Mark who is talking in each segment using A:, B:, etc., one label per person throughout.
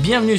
A: Bienvenue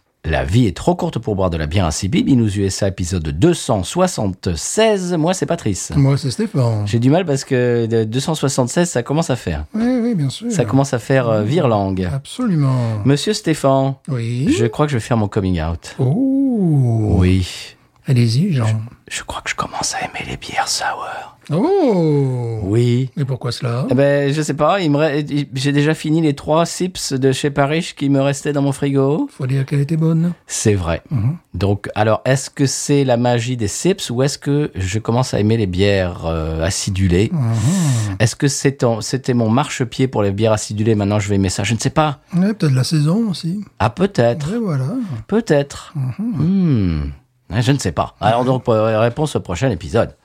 A: La vie est trop courte pour boire de la bière ainsi. Binous USA, épisode 276. Moi, c'est Patrice.
B: Moi, c'est Stéphane.
A: J'ai du mal parce que de 276, ça commence à faire.
B: Oui, oui, bien sûr.
A: Ça commence à faire euh, virelangue.
B: Absolument.
A: Monsieur Stéphane,
B: Ah. Oui.
A: je crois que je vais faire mon coming out.
B: Oh.
A: Oui.
B: Allez-y, Jean.
A: Je crois que je commence à aimer les bières sour.
B: Oh.
A: Oui.
B: Mais pourquoi cela
A: Eh ben, je sais pas, il me re- j'ai déjà fini les trois sips de chez Parrish qui me restaient dans mon frigo.
B: Faut dire qu'elle était bonne.
A: C'est vrai.
B: Mhm.
A: Donc, alors, est-ce que c'est la magie des sips ou est-ce que je commence à aimer les bières euh, acidulées
B: Mhm.
A: Est-ce que c'est ton- c'était mon marche-pied pour les bières acidulées Maintenant, je vais aimer ça. Je ne sais pas.
B: Ouais, peut-être la saison aussi.
A: Ah, peut-être.
B: Et voilà.
A: Peut-être.
B: Mhm.
A: Hmm. Ah, Je ne sais pas. Alors, donc, euh, réponse au prochain épisode.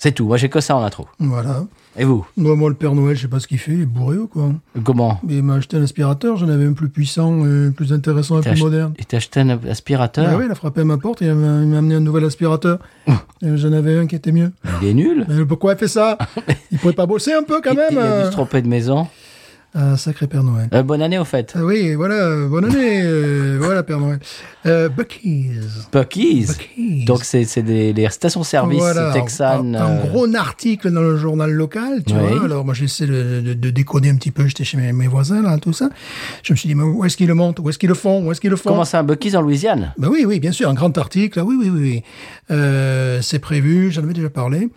A: C'est tout. Moi, j'ai que ça en intro.
B: Voilà.
A: Et vous
B: Moi, moi, le Père Noël, je sais pas ce qu'il fait, il est bourré ou quoi.
A: Comment
B: Mais il m'a acheté un aspirateur, j'en avais un plus puissant, euh, plus intéressant et
A: T'as
B: plus
A: ach-
B: moderne.
A: Et t'as acheté un aspirateur Oh.
B: Ah oui, il a frappé à ma porte, il m'a il m'a amené un nouvel aspirateur. Euh, J'en avais un qui était mieux.
A: Il est nul
B: Mais pourquoi elle fait ça Il pourrait pas bosser un peu quand
A: Il-
B: même
A: Il a dû
B: euh
A: se tromper de maison.
B: Ah, sacré Père Noël.
A: Euh, bonne année, au fait.
B: Ah oui, voilà, euh, bonne année, euh, voilà Père Noël. Euh, Bucky's.
A: Bucky's.
B: Bucky's.
A: Donc, c'est c'est des les stations-service
B: Voilà,
A: texanes.
B: Un, un
A: euh,
B: gros article dans le journal local, tu
A: Oui.
B: vois. Alors, moi, j'essaie de, de- de décoder un petit peu. J'étais chez mes, mes voisins, là, tout ça. Je me suis dit, mais où est-ce qu'ils le montent Où est-ce qu'ils le font Où est-ce qu'ils le font
A: Comment ça, un Bucky's en Louisiane
B: Ben oui, oui, bien sûr, un grand article. Ah Oui, oui, oui, oui. Euh, c'est prévu, j'en avais déjà parlé.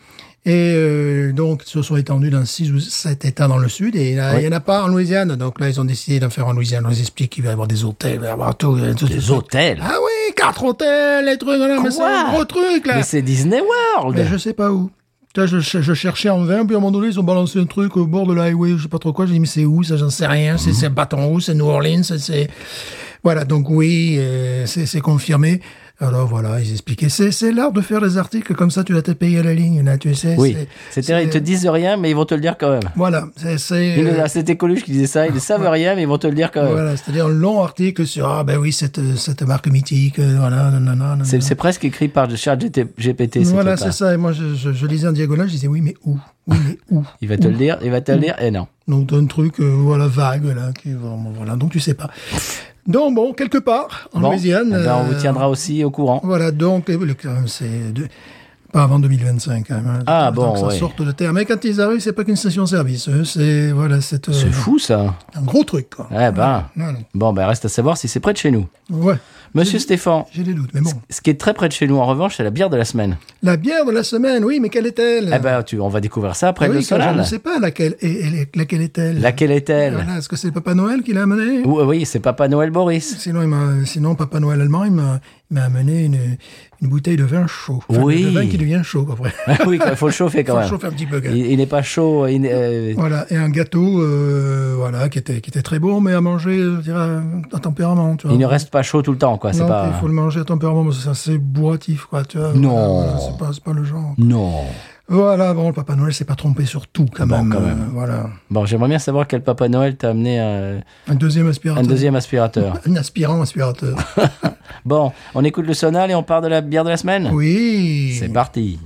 B: Et euh, donc, ils se sont étendus dans six ou sept États dans le Sud, et il y en a- il y en a pas en Louisiane. Donc là, ils ont décidé d'en faire en Louisiane. On les explique qu'il va y avoir des hôtels, il va y avoir tout. euh, tout
A: Des hôtels.
B: Ah oui, quatre hôtels, les trucs, là, mais c'est
A: Quoi
B: un gros truc, là
A: Mais c'est Disney World.
B: Mais Ben, je sais pas où. Tu vois, je, ch- je cherchais en vain, puis à un moment donné, ils ont balancé un truc au bord de la highway, je sais pas trop quoi. J'ai dit, mais c'est où ça J'en sais rien. C'est c'est Baton Rouge, c'est New Orleans, c'est- c'est. Voilà, donc oui, euh, c'est c'est confirmé. Alors voilà, ils expliquaient. C'est c'est l'art de faire des articles comme ça, tu vas te payer à la ligne, là, tu sais.
A: Oui.
B: c'est-
A: C'est-à-dire, ils te disent rien, mais ils vont te le dire quand même.
B: Voilà, c'est- c'est.
A: Il
B: euh,
A: nous a- C'était Coluche qui disait ça. Ils ne savent rien, mais ils vont te le dire quand même.
B: Voilà, c'est-à-dire un long article sur ah ben oui cette euh, cette marque mythique euh, voilà nanana, nanana.
A: C'est c'est presque écrit par ChatGPT. GPT, cette
B: voilà
A: époque.
B: c'est ça et moi je, je, je lisais en diagonale je disais oui mais où oui mais où
A: Il va te le dire, il va
B: Mm.
A: te le dire, et non.
B: Donc un truc euh, voilà vague là qui est vraiment- voilà donc tu sais pas. Donc bon quelque part en
A: Bon,
B: Louisiane.
A: eh ben, on vous
B: euh,
A: tiendra aussi au courant.
B: Voilà donc et le- quand même, c'est de- pas avant 2025 quand même. hein.
A: Ah,
B: Le
A: bon,
B: temps que ça
A: ouais.
B: sorte de terre. Mais quand ils arrivent c'est pas qu'une station-service. eux, C'est voilà c'est euh,
A: C'est fou ça.
B: un gros truc quoi.
A: Eh ben.
B: Voilà.
A: Bon, ben reste à savoir si c'est près de chez nous.
B: Ouais.
A: Monsieur Stéphane,
B: J'ai des doutes mais bon.
A: ce qui est très près de chez nous en revanche, c'est la bière de la semaine.
B: La bière de la semaine oui mais quelle est-elle
A: Eh ben, tu, on va découvrir ça après
B: Ah
A: le
B: oui, car je ne
A: Solal.
B: sais pas laquelle et- et- laquelle est-elle.
A: Laquelle est-elle
B: Voilà, est-ce que c'est Papa Noël qui l'a amenée
A: Ou- euh, Oui, c'est Papa Noël Boris.
B: Sinon, il m'a- sinon, Papa Noël allemand, il m'a il m'a amené une, une bouteille de vin chaud. Enfin,
A: Oui. Ah
B: De vin qui devient chaud, après.
A: oui, il faut le chauffer quand
B: Faut le
A: même.
B: chauffer un petit peu, quand même.
A: Il il n'est pas chaud. il n'est- euh,
B: Voilà, et un gâteau, euh, voilà, qui était, qui était très bon, mais à manger, je dirais, à tempérament, tu vois.
A: il ne reste pas chaud tout le temps, quoi. C'est
B: Non,
A: pas.
B: il faut le manger à tempérament, parce que c'est assez boitif, quoi, tu vois. Euh,
A: Non.
B: Voilà, c'est pas, c'est pas le genre.
A: Non.
B: Voilà, bon, le Papa Noël s'est pas trompé sur tout, quand
A: Bon,
B: même.
A: quand même.
B: euh, voilà.
A: Bon, j'aimerais bien savoir quel Papa Noël t'a amené euh,
B: Un deuxième aspirateur.
A: un deuxième aspirateur.
B: Un aspirant aspirateur.
A: Bon, on écoute le sonal et on part de la bière de la semaine
B: oui.
A: C'est parti.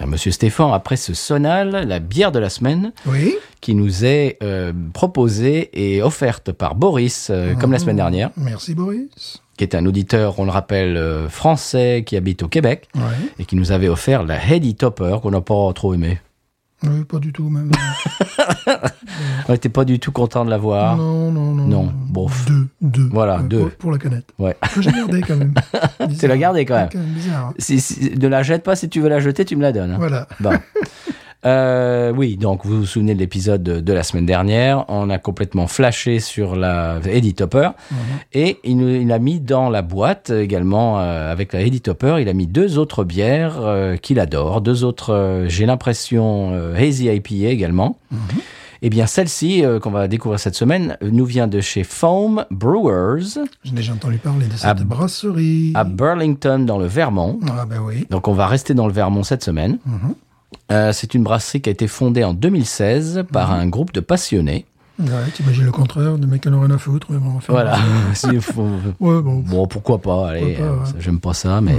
A: Ben, Monsieur Stéphane, après ce sonal, la bière de la semaine,
B: Oui.
A: qui nous est euh, proposée et offerte par Boris, euh, comme la semaine dernière,
B: Merci, Boris.
A: qui est un auditeur, on le rappelle, euh, français qui habite au Québec
B: Ouais.
A: et qui nous avait offert la Heady Topper qu'on n'a pas trop aimé.
B: Oui, pas du tout, même.
A: On n'était pas du tout content de la voir.
B: Non, non, non.
A: Ah. Non, bof.
B: Deux, deux.
A: Voilà,
B: Euh,
A: deux.
B: Pour, pour la canette.
A: Ouais.
B: Que j'ai gardé quand même. Bizarre.
A: Tu l'as gardé, quand même.
B: bizarre.
A: Si, si- ne la jette pas, si tu veux la jeter, tu me la donnes. hein.
B: Voilà.
A: Bon. Euh, oui, donc vous vous souvenez de l'épisode de, de la semaine dernière. On a complètement flashé sur la Eddie Topper. Et il, nous- il a mis dans la boîte euh, également, euh, avec la Eddie Topper, il a mis deux autres bières euh, qu'il adore. Deux autres, euh, j'ai l'impression, euh, Hazy IPA également. Eh bien, celle-ci, euh, qu'on va découvrir cette semaine, euh, nous vient de chez Foam Brewers
B: J'ai déjà entendu parler de cette
A: Ah,
B: brasserie.
A: à Burlington dans le Vermont.
B: Ah, ben oui.
A: Donc on va rester dans le Vermont cette semaine.
B: Mhm.
A: Euh, c'est une brasserie qui a été fondée en 2016 par
B: Mhm.
A: un groupe de passionnés.
B: Ouais, T'imagines le contraire, de mecs qui n'ont rien à foutre. mais bon, enfin,
A: Voilà. C'est- faut-
B: Ouais, bon.
A: bon, pourquoi pas Allez,
B: Pourquoi pas,
A: euh,
B: ouais. Mhm.
A: ça, j'aime pas ça, mais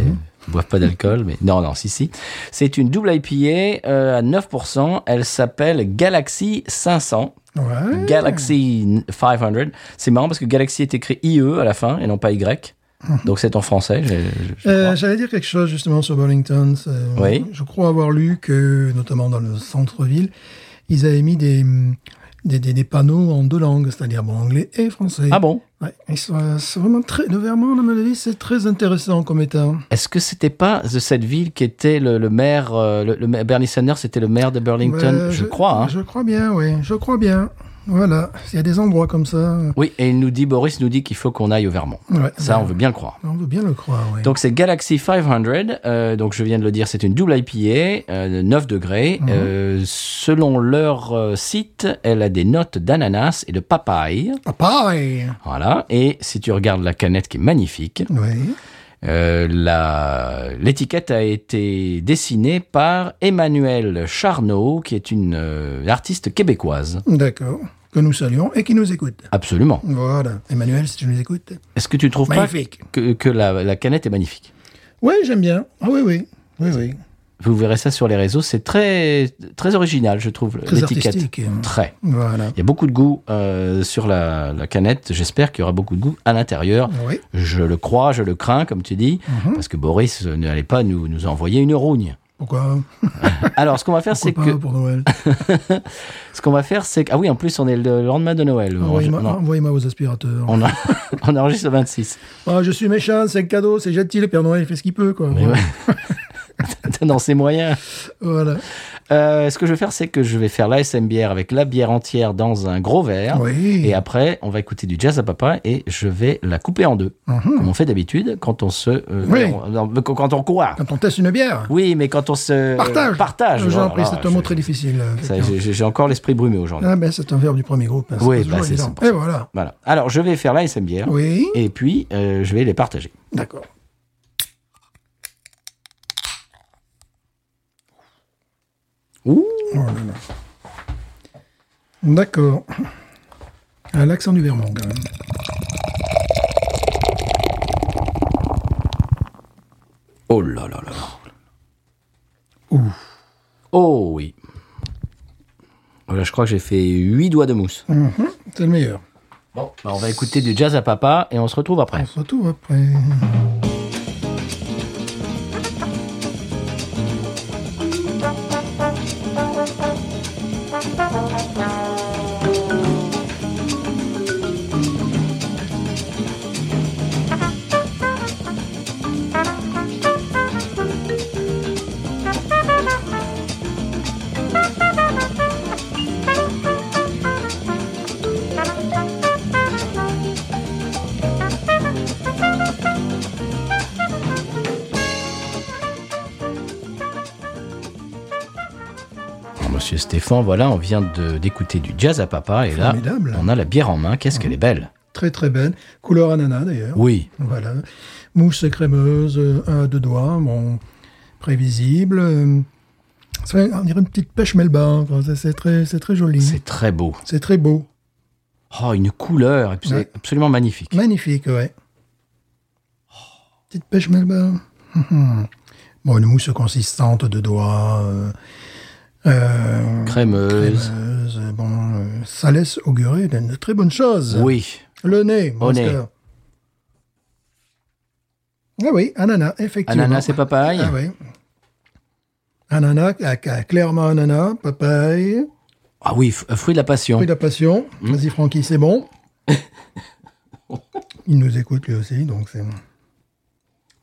A: ils boivent pas d'alcool. Mais non, non, si, si. C'est une double IPA euh, à 9%. Elle s'appelle Galaxy 500.
B: Ouais.
A: Galaxy 500. C'est marrant parce que Galaxy est écrit IE à la fin et non pas Y. Donc c'est en français. je- je- je
B: Mhm. Euh,
A: crois.
B: J'allais dire quelque chose justement sur Burlington. C'est-
A: Oui.
B: Je crois avoir lu que, notamment dans le centre-ville, ils avaient mis des, mm, des, des- des panneaux en deux langues, c'est-à-dire bon, anglais et français.
A: ah bon
B: Ouais. Ils sont, euh, C'est vraiment très. Le Vermont, à mon avis, c'est très intéressant comme état.
A: Est-ce que c'était pas de cette ville qui était le, le maire, euh, le, le maire- Bernie Sanders, c'était le maire de Burlington,
B: Ouais,
A: je, crois. Hein.
B: Je crois bien, oui. Je crois bien. Voilà. Il y a des endroits comme ça.
A: Oui, et il nous dit, Boris nous dit qu'il faut qu'on aille au Vermont.
B: Ouais.
A: Ça, on veut bien le croire.
B: On veut bien le croire, oui.
A: Donc c'est Galaxy 500, euh, donc je viens de le dire, c'est une double IPA euh, de 9 degrés.
B: Mhm.
A: Euh, selon leur euh, site, elle a des notes d'ananas et de papaye.
B: Ah, Papaye
A: Voilà, et si tu regardes la canette qui est magnifique,
B: Oui.
A: Euh, la- L'étiquette a été dessinée par Emmanuelle Charnot, qui est une euh, artiste québécoise.
B: D'accord. Que nous saluons et qui nous écoute.
A: Absolument.
B: Voilà. Emmanuel, si tu nous écoutes.
A: Est-ce que tu trouves
B: Magnifique.
A: pas que, que la, la canette est magnifique
B: Oui, j'aime bien. Ah oui, oui. Oui, oui.
A: Vous verrez ça sur les réseaux. C'est très, très original, je trouve,
B: Très
A: l'étiquette.
B: artistique. hein.
A: Très.
B: Voilà.
A: Il y a beaucoup de goût euh, sur la, la canette. J'espère qu'il y aura beaucoup de goût à l'intérieur.
B: Oui.
A: Je le crois, je le crains, comme tu dis,
B: Mhm.
A: parce que Boris euh, n'allait pas nous, nous envoyer une rougne.
B: Pourquoi
A: Alors, ce qu'on va faire, c'est
B: Pourquoi
A: que
B: pas pour Noël
A: Ce qu'on va faire, c'est que... Ah oui, en plus, on est le lendemain de Noël. On,
B: Envoyez-moi
A: non,
B: envoyez-moi vos aspirateurs.
A: on a- on enregistre le 26.
B: Ah, je suis méchant, c'est un cadeau, c'est gentil, le Père Noël, il fait ce qu'il peut, quoi.
A: ouais. Dans ses moyens.
B: Voilà.
A: Euh, ce que je vais faire, c'est que je vais faire la SM bière avec la bière entière dans un gros verre.
B: Oui.
A: Et après, on va écouter du jazz à papa et je vais la couper en deux.
B: Mhm.
A: Comme on fait d'habitude quand on se... euh,
B: Ah. Oui.
A: on- on- quand on court.
B: Quand on teste une bière,
A: Oui, mais quand on se...
B: partage.
A: Partage.
B: J'ai
A: voilà,
B: appris, c'est
A: je-
B: un mot très difficile. euh,
A: ça,
B: effectivement.
A: J'ai j'ai- j'ai encore l'esprit brumé aujourd'hui.
B: Ah, ben, c'est un verbe du premier groupe. hein,
A: Oui, bah,
B: pas toujours
A: c'est-
B: évident.
A: c'est pour ça.
B: Et voilà.
A: Voilà. Alors, je vais faire la SM bière.
B: Oui.
A: Et puis, euh, je vais les partager.
B: D'accord.
A: Ouh
B: Oh D'accord. À l'accent du Vermont, quand même.
A: Oh là là là. Oh oui. Voilà, je crois que j'ai fait 8 doigts de mousse.
B: C'est le meilleur.
A: Bon, bah, on va écouter du jazz à papa et on se retrouve après.
B: On se retrouve après.
A: Bon, Ah, monsieur Stéphane, voilà, on vient de- d'écouter du jazz à papa et là,
B: Formidable.
A: on a la bière en main. Qu'est-ce qu'elle est belle.
B: Très très belle. Couleur ananas d'ailleurs.
A: Oui.
B: Voilà. Mousse crémeuse, euh, un à deux doigts, bon, prévisible. euh, ça fait- on dirait une petite pêche melba. Enfin, c'est- c'est très, c'est très joli.
A: C'est très beau.
B: C'est très beau.
A: Oh, une couleur, et puis
B: Ouais.
A: c'est absolument magnifique.
B: Magnifique, ouais. Petite pêche melba. bon, une mousse consistante de doigts. euh, euh,
A: Crémeuse.
B: crémeuse, bon, euh, ça laisse augurer de, de très bonnes choses.
A: Oui.
B: Le nez, mon
A: Au nez.
B: Oscar. Ah oui, ananas, effectivement.
A: Ananas et papaye.
B: Ah oui. Ananas, ah, ah, clairement ananas, papaye,
A: Ah oui, f- fruit de la passion.
B: fruit de la passion.
A: Hmm.
B: Vas-y, Francky, c'est bon. Il nous écoute lui aussi, donc c'est.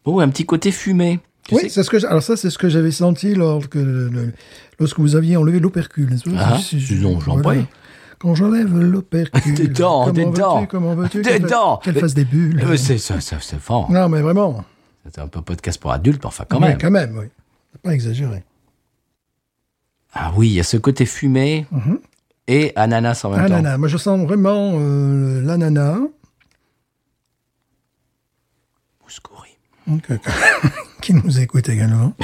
A: Oh, un petit côté fumé.
B: oui, c'est ce que j'- alors ça c'est ce que j'avais senti lorsque le- le- lorsque vous aviez enlevé l'opercule. n'est-ce pas
A: Ah,
B: Si- si-
A: dis donc, j'en prie.
B: Quand j'enlève l'opercule.
A: Des dents,
B: comment
A: des
B: veux-tu-
A: dents.
B: Comment veux-tu
A: Des
B: qu'elle fa-
A: dents.
B: Qu'elle fasse des bulles.
A: Euh, c'est ça, ça, c'est fort.
B: Non, mais vraiment.
A: C'est un peu podcast pour adultes, enfin quand
B: Mais
A: même.
B: Quand même, oui. C'est Pas exagéré.
A: Ah oui, il y a ce côté fumé et ananas en même temps.
B: Mhm. Ananas. Moi, je sens vraiment euh, l'ananas.
A: Mouskouri.
B: Donc, euh, qui nous écoute également.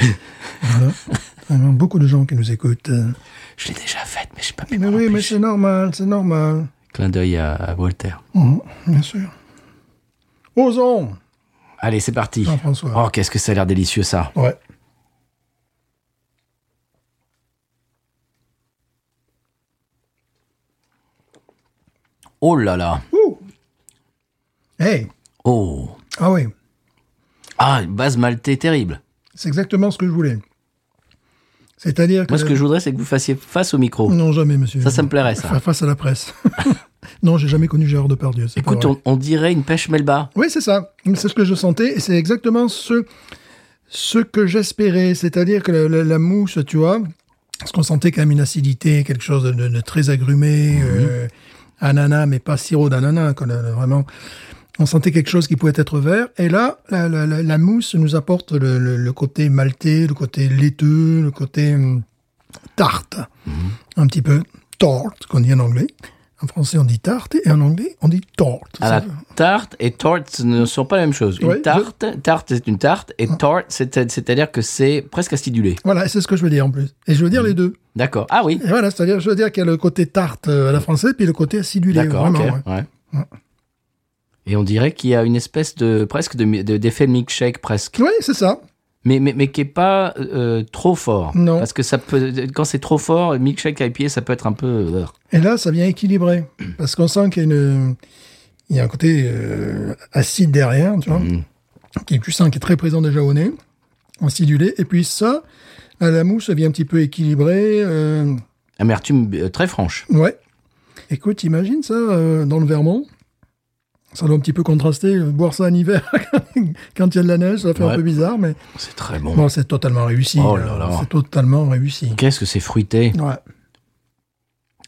B: Voilà. Vraiment, beaucoup de gens qui nous écoutent. euh.
A: Je l'ai déjà faite, mais je sais pas
B: Mais oui, mais c'est normal, c'est normal.
A: Clin d'œil à, à Walter.
B: Mhm, bien sûr. Osons
A: Allez, c'est parti.
B: Jean-François.
A: Oh, qu'est-ce que ça a l'air délicieux ça.
B: Ouais.
A: Oh là là.
B: Ouh. Hey
A: Oh.
B: Ah oui,
A: Ah, une base maltée terrible.
B: c'est exactement ce que je voulais. C'est-à-dire que...
A: Moi, ce que je voudrais, c'est que vous fassiez face au micro.
B: Euh. Non, jamais, monsieur.
A: Ça, ça me plairait, ça.
B: Fa- Face à la presse. non, j'ai jamais connu Gérard Depardieu. c'est pas
A: Écoute,
B: vrai.
A: on, on dirait une pêche melba.
B: Oui, c'est ça. C'est ce que je sentais et c'est exactement ce, ce que j'espérais. C'est-à-dire que la, la- la mousse, tu vois, parce qu'on sentait quand même une acidité, quelque chose de, de- de très agrumé, euh, ananas, mais pas sirop d'ananas, qu'on a vraiment. On sentait quelque chose qui pouvait être vert. Et là, la, la- la- la mousse nous apporte le, le- le côté maltais, le côté laiteux, le côté hum, tarte, un petit peu. Tarte, qu'on dit en anglais. En français, on dit tarte et en anglais, on dit tarte.
A: Ah, la tarte et tort ne sont pas la même chose. Une
B: Ouais, je- Ah.
A: tarte, tarte c'est une tarte, et tort, c'est- c'est-à-dire que c'est presque acidulé.
B: Voilà, c'est ce que je veux dire en plus. Et je veux dire
A: Mm.
B: les deux.
A: D'accord. Ah oui.
B: Et voilà, c'est-à-dire, je veux dire qu'il y a le côté tarte euh, à la française, puis le côté acidulé.
A: D'accord, ok.
B: vraiment, ouais.
A: ouais. Et on dirait qu'il y a une espèce de presque de, de- d'effet milkshake presque,
B: Oui, c'est ça.
A: mais mais, mais qui est pas euh, trop fort.
B: Non.
A: Parce que ça peut quand c'est trop fort, milkshake à pied, ça peut être un peu. euh,
B: Et là, ça vient équilibrer.
A: Mm.
B: Parce qu'on sent qu'il y a, une- il y a un côté euh, acide derrière, tu vois,
A: Mm.
B: qui, tu sens qui est très présent déjà au nez, acidulé. Et puis ça, la, la mousse vient un petit peu équilibrer. euh,
A: Amertume euh, très franche.
B: ouais. Écoute, imagine ça euh, dans le Vermont. Ça doit un petit peu contraster. euh, Boire ça en hiver, quand il y a de la neige, ça fait
A: Ouais.
B: un peu bizarre, mais
A: C'est très bon.
B: Bon, c'est totalement réussi. hein.
A: Oh là là.
B: C'est totalement réussi.
A: Qu'est-ce que c'est fruité
B: Ouais.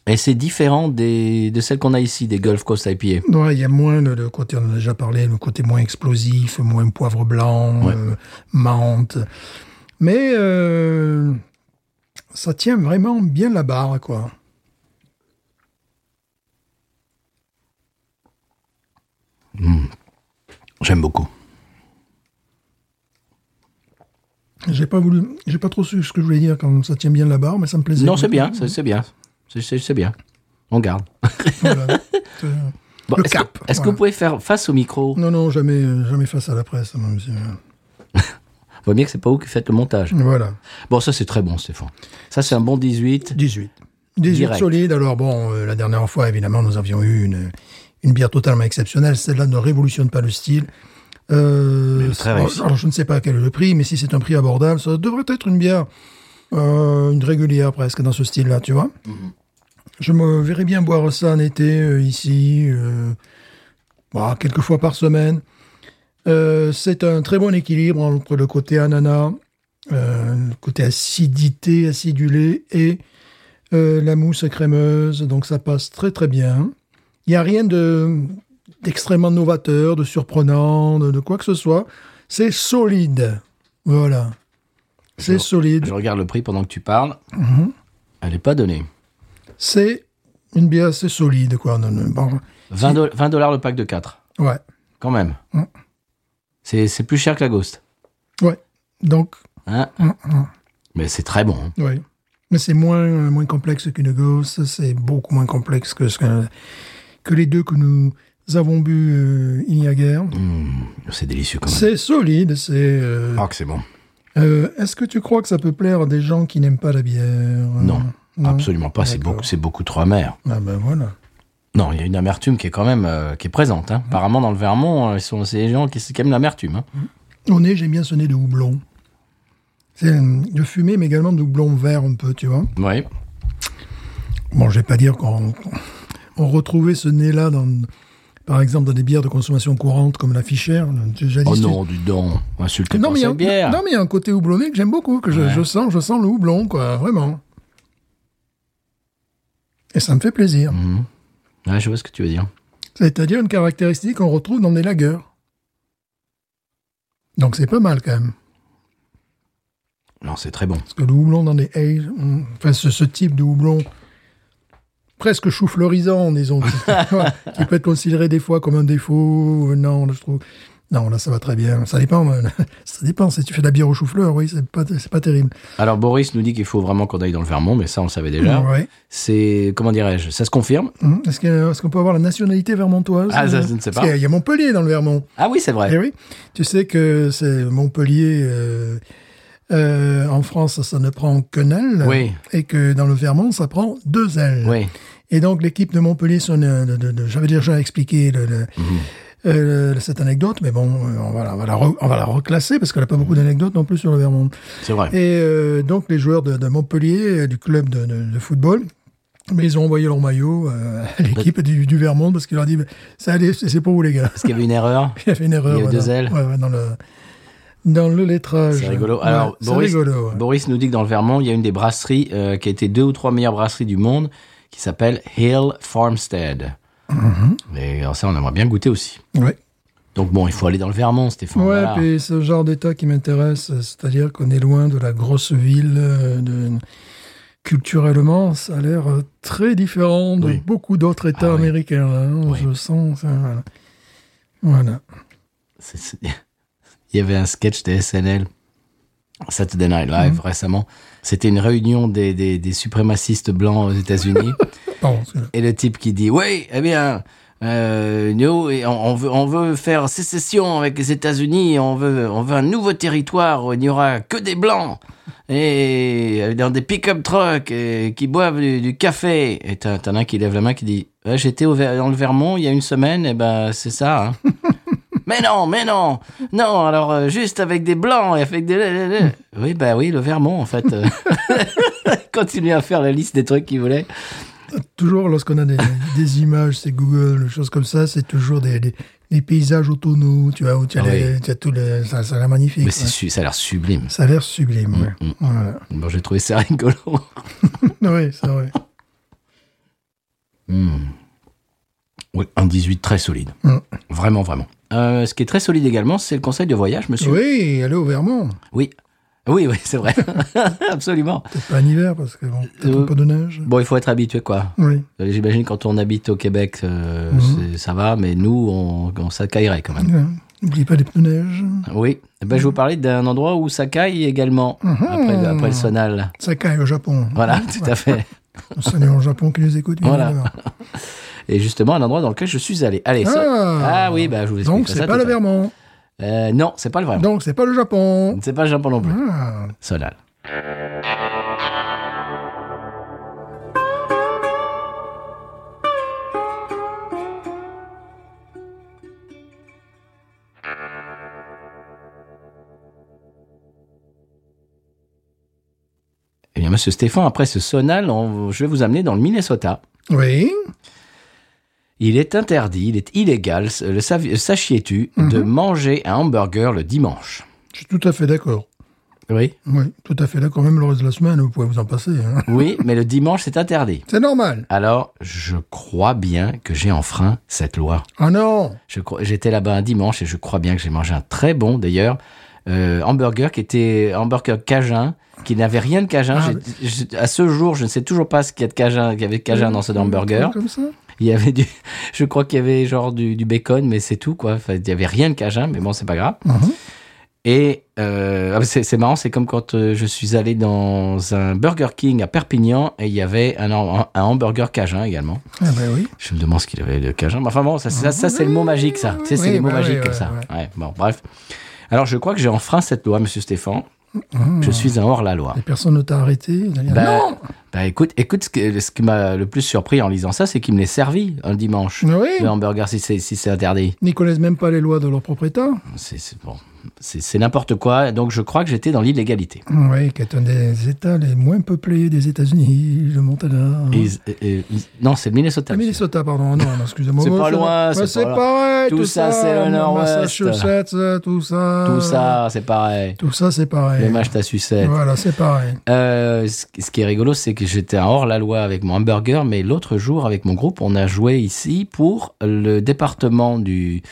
A: Et c'est différent des, de celles qu'on a ici, des Gulf Coast IPA.
B: Ouais, il y a moins le, le côté, on en a déjà parlé, le côté moins explosif, moins poivre blanc,
A: Ouais.
B: euh, menthe. Mais euh, ça tient vraiment bien la barre, quoi.
A: J'aime beaucoup.
B: J'ai pas voulu, j'ai pas trop su ce que je voulais dire quand ça tient bien la barre, mais ça me plaisait.
A: Non, c'est bien, c'est c'est bien. C'est- C'est c'est bien. On garde.
B: Voilà. C'est-
A: Bon,
B: Le
A: est-ce que-
B: cap,
A: Est-ce que
B: voilà.
A: vous pouvez faire face au micro
B: Non, non, jamais, euh, jamais face à la presse, mon monsieur.
A: On voit bien que c'est pas vous qui faites le montage.
B: Voilà.
A: Bon, ça c'est très bon, Stéphane. Ça c'est un bon 18.
B: 18. 18
A: Direct.
B: solides. Alors bon, euh, la dernière fois, évidemment, nous avions eu une, une bière totalement exceptionnelle. Celle-là ne révolutionne pas le style. Euh,
A: Mais très
B: alors,
A: réussi.
B: alors, je ne sais pas quel est le prix, mais si c'est un prix abordable, ça devrait être une bière euh, une régulière presque dans ce style-là, tu vois.
A: Mhm.
B: Je me verrais bien boire ça en été euh, ici, euh, bah, quelques fois par semaine. Euh, c'est un très bon équilibre entre le côté ananas, euh, le côté acidité, acidulé et euh, la mousse crémeuse. Donc ça passe très très bien. Il n'y a rien de d'extrêmement novateur, de surprenant, de, de quoi que ce soit. C'est solide. Voilà. C'est
A: Je-
B: solide.
A: Je regarde le prix pendant que tu parles.
B: Mhm.
A: Elle n'est pas donnée.
B: C'est une bière assez solide, quoi. Non, non, bon,
A: 20, do- 20 dollars le pack de 4,
B: ouais.
A: quand même.
B: Mm.
A: C'est c'est plus cher que la Ghost.
B: Ouais. Donc,
A: hein.
B: mm, mm,
A: Mais c'est très bon. hein.
B: ouais. Mais c'est moins, euh, moins complexe qu'une gosse. C'est beaucoup moins complexe que, ce que, que les deux que nous avons bu euh, il y a guère.
A: Mm, C'est délicieux quand même.
B: C'est solide. C'est. euh,
A: Ah, que c'est bon.
B: euh, Est-ce que tu crois que ça peut plaire à des gens qui n'aiment pas la bière euh,
A: Non, Absolument pas, c'est
B: D'accord.
A: beaucoup, c'est beaucoup trop amer.
B: Ah ben voilà.
A: Non, il y a une amertume qui est quand même euh, qui est présente.
B: Mm.
A: hein. Apparemment, dans le Vermont, euh, ils sont- c'est les gens qui, qui aiment l'amertume. hein.
B: Au nez, j'aime bien ce nez de houblon. C'est euh, de fumée, mais également de houblon vert un peu, tu vois.
A: Oui.
B: Bon, je vais pas dire qu'on qu'on- on retrouvait ce nez-là dans, Par exemple, dans des bières de consommation courante comme la Fischer, on a déjà dit
A: Oh
B: ce-
A: non, du don. Insultez
B: non,
A: pas
B: mais il y a
A: cette
B: un-
A: bière.
B: non, mais il y a un côté houblonné que j'aime beaucoup, que je,
A: Ouais.
B: je sens, je sens le houblon, quoi, vraiment. Et ça me fait plaisir.
A: Ouais, je vois ce que tu veux dire.
B: C'est-à-dire une caractéristique qu'on retrouve dans les lagers. Donc c'est pas mal quand même.
A: Non, c'est très bon.
B: Parce que le houblon dans des ales, mm, enfin ce, ce type de houblon presque chou-fleurisant, disons, qui, qui peut être considéré des fois comme un défaut. euh, Non, là, je trouve. Non, là ça va très bien. Ça dépend. euh, ça dépend. Si tu fais de la bière au chou-fleur, oui, c'est pas, c'est pas terrible.
A: Alors Boris nous dit qu'il faut vraiment qu'on aille dans le Vermont, mais ça on le savait déjà.
B: Ouais.
A: C'est comment dirais-je Ça se confirme
B: Mhm. Est-ce que- est-ce qu'on peut avoir la nationalité vermontoise
A: Ah, ça,
B: euh,
A: je ne sais
B: parce
A: pas.
B: qu'il y a Montpellier dans le Vermont.
A: Ah oui, c'est
B: Eh
A: vrai.
B: oui, tu sais que c'est Montpellier. euh, euh, en France, ça ne prend qu'un L.
A: Oui.
B: Et que dans le Vermont, ça prend deux L.
A: Oui.
B: Et donc, l'équipe de Montpellier, son, euh, de- de- de- j'avais déjà expliqué le- le-
A: Mm-hmm.
B: euh, cette anecdote, mais bon, euh, on va la, on va la re- on va la reclasser parce qu'elle n'a pas beaucoup d'anecdotes non plus sur le Vermont.
A: C'est vrai.
B: Et euh, donc, les joueurs de, de Montpellier, euh, du club de, de- de football, mais ils ont envoyé leur maillot euh, à l'équipe du, du Vermont parce qu'ils leur ont dit Ça, les- c'est pour vous, les gars.
A: Parce qu'il y avait une erreur.
B: Il y avait une erreur.
A: Il y a eu
B: voilà.
A: deux ailes.
B: Ouais, ouais, dans le, dans le lettrage.
A: C'est rigolo.
B: Ouais,
A: Alors
B: c'est
A: Boris,
B: rigolo, ouais.
A: Boris nous dit que dans le Vermont, il y a une des brasseries euh, qui a été deux ou trois meilleures brasseries du monde, qui s'appelle Hill Farmstead.
B: Mhm.
A: Et alors ça, on aimerait bien goûter aussi.
B: Ouais.
A: Donc bon, il faut aller dans le Vermont, Stéphane.
B: Ouais,
A: voilà.
B: puis ce genre d'état qui m'intéresse, euh, c'est-à-dire qu'on est loin de la grosse ville. euh, de- Culturellement, ça a l'air euh, très différent de
A: Oui.
B: beaucoup d'autres états
A: Ah oui.
B: américains. là, hein.
A: Oui.
B: Je sens. ça, voilà. Voilà.
A: C'est- c'est- Il y avait un sketch des SNL, Saturday Night Live,
B: Mhm.
A: récemment. C'était une réunion des, des, des suprémacistes blancs aux États-Unis.
B: Pardon, excusez-moi.
A: Mmh. et le type qui dit Oui, eh bien, euh, nous, et on, on veut, on veut faire sécession avec les États-Unis, on veut, on veut un nouveau territoire où il n'y aura que des blancs. Et euh, dans des pick-up trucks et qui boivent du, du café. Et t'en t'en as un qui lève la main qui dit Ouais, J'étais au Ver- dans le Vermont il y a une semaine, et ben c'est ça. hein. Mais non, mais non, non. Alors euh, juste avec des blancs et avec des. Oui, bah oui, le Vermont en fait. Continue à faire la liste des trucs qu'il voulait.
B: Toujours lorsqu'on a des, des images, c'est Google, des choses comme ça, c'est toujours des, des- des paysages autonaux, tu vois, où tu as,
A: Ah
B: les-
A: oui.
B: tu as tout le- ça, ça a l'air magnifique.
A: Mais c'est
B: ouais.
A: su- ça a l'air sublime.
B: Ça a l'air sublime. ouais.
A: Mm,
B: Voilà.
A: Bon, j'ai trouvé ça rigolo.
B: Oui, c'est vrai.
A: Oui, un 18 très solide.
B: Mm.
A: Vraiment, vraiment. Euh, ce qui est très solide également, c'est le conseil de voyage, monsieur.
B: Oui, aller au Vermont.
A: Oui, oui, oui, c'est vrai. Absolument.
B: Peut-être pas en hiver parce que bon, peut-être
A: Euh,
B: un peu de neige.
A: Bon, il faut être habitué, quoi.
B: Oui.
A: Euh, J'imagine quand on habite au Québec, euh,
B: Mm.
A: c'est- ça va, mais nous, on, on s'acaillerait quand même.
B: Ouais. N'oublie pas les pneus neige.
A: Oui. Eh Ben, je vous parlais d'un endroit où ça caille également,
B: Mm-hmm.
A: après, le- après le sonal.
B: Sakai au Japon.
A: Voilà, tout à fait.
B: On salue au Japon qui nous écoute. bien
A: Voilà.
B: évidemment.
A: Et justement, un endroit dans lequel je suis allé. Allez, ça-
B: Ah.
A: Ah oui, bah, je vous explique
B: Donc
A: ça
B: c'est pas
A: tout
B: le
A: à l'heure.
B: Vermont.
A: Euh, non, c'est pas le vrai.
B: Donc c'est pas le Japon.
A: C'est pas Jean-Paul non plus.
B: Ah.
A: Solal. Eh bien, monsieur Stéphane, après ce sonal, on- je vais vous amener dans le Minnesota.
B: Oui.
A: Il est interdit, il est illégal, euh, le savi- sachiez-tu, de manger un hamburger le dimanche.
B: Je suis tout à fait d'accord.
A: Oui.
B: Oui, tout à fait d'accord. Même le reste de la semaine, vous pouvez vous en passer. hein.
A: Oui, mais le dimanche, c'est interdit.
B: C'est normal.
A: Alors, je crois bien que j'ai enfreint cette loi.
B: Ah non.
A: Je crois- J'étais là-bas un dimanche et je crois bien que j'ai mangé un très bon, d'ailleurs, euh, hamburger qui était hamburger cajun, qui n'avait rien de cajun.
B: Ah,
A: J'ai- j'ai- à ce jour, je ne sais toujours pas ce qu'il y a de cajun, qu'il y avait de cajun dans ce
B: Euh,
A: hamburger.
B: Comme ça.
A: Il y avait du, je crois qu'il y avait genre du, du bacon, mais c'est tout quoi. Enfin, il y avait rien de cajun, mais bon, c'est pas grave.
B: Mhm.
A: Et euh, ah, c'est c'est marrant, c'est comme quand euh, je suis allé dans un Burger King à Perpignan et il y avait un, ham- un hamburger cajun également.
B: Ah ben oui.
A: Je me demande ce qu'il avait de cajun. Mais Enfin bon, ça, c'est- ça, ça, c'est le mot magique, ça. Tu sais, c'est
B: Oui,
A: les mots
B: bah oui,
A: magiques
B: ouais,
A: comme ça. Ouais, bon, bref. Alors, je crois que j'ai enfreint cette loi, monsieur Stéphane. Je suis un hors-la-loi.
B: Et personne ne t'a arrêté. Vous allez dire,
A: Bah,
B: non.
A: bah, écoute, écoute, ce, que- ce qui m'a le plus surpris en lisant ça, c'est qu'il me l'est servi un dimanche.
B: Oui.
A: Le hamburger, si c'est si c'est interdit.
B: Ils connaissent même pas les lois de leur propre état.
A: C'est c'est- bon. c'est c'est n'importe quoi. Donc je crois que j'étais dans l'illégalité.
B: Oui, qui est un des États les moins peuplés des États-Unis, le Montana.
A: Et- et- et- non, c'est le Minnesota.
B: Le
A: monsieur.
B: Minnesota, pardon, Ah, non, non, excusez-moi.
A: C'est
B: Moi,
A: pas loin,
B: Ouais,
A: c'est
B: c'est
A: pas loin.
B: pareil,
A: Tout
B: tout,
A: ça, c'est le
B: le
A: Nord-Ouest.
B: Massachusetts, euh, tout ça.
A: Tout ça, c'est pareil.
B: Tout ça, c'est pareil.
A: Le match à sucette.
B: Voilà, c'est pareil.
A: Euh, ce ce qui est rigolo, c'est que j'étais un hors-la-loi avec mon hamburger, mais l'autre jour, avec mon groupe, on a joué ici pour le département du,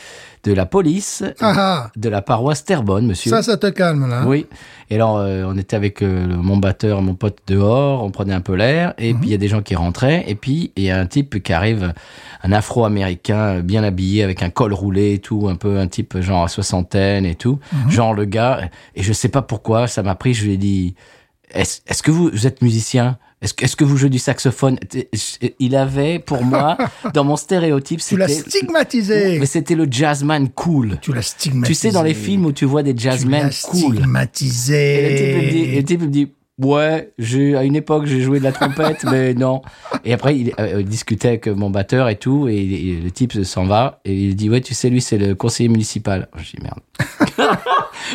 A: de la police
B: Ah ah,
A: de la paroisse Terrebonne, monsieur.
B: ça, ça te calme, là.
A: oui. Et alors, euh, on était avec euh, le- mon batteur, mon pote dehors, on prenait un peu l'air, et
B: Mhm.
A: puis il y a des gens qui rentraient, et puis il y a un type qui arrive, un afro-américain euh, bien habillé, avec un col roulé et tout, un peu un type euh, genre à soixantaine et tout,
B: Mhm.
A: genre le gars, et je sais pas pourquoi, ça m'a pris, je lui ai dit, est-ce est-ce que vous, vous êtes musicien est-ce que, est-ce que vous jouez du saxophone Il avait, pour moi, dans mon stéréotype,
B: Tu l'as
A: c'était... Oh,
B: stigmatisé.
A: Mais c'était le jazzman cool.
B: Tu l'as stigmatisé.
A: Tu sais, dans les films où tu vois des
B: tu l'as
A: jazzmen cool. Et le type, il me dit, et
B: stigmatisé.
A: le type, il me dit, ouais, j'ai- à une époque, j'ai joué de la trompette, mais non. Et après, il euh, discutait avec mon batteur et tout, et, il- et le type s'en va, et il dit, ouais, tu sais, lui, c'est le conseiller municipal. Je dis, merde.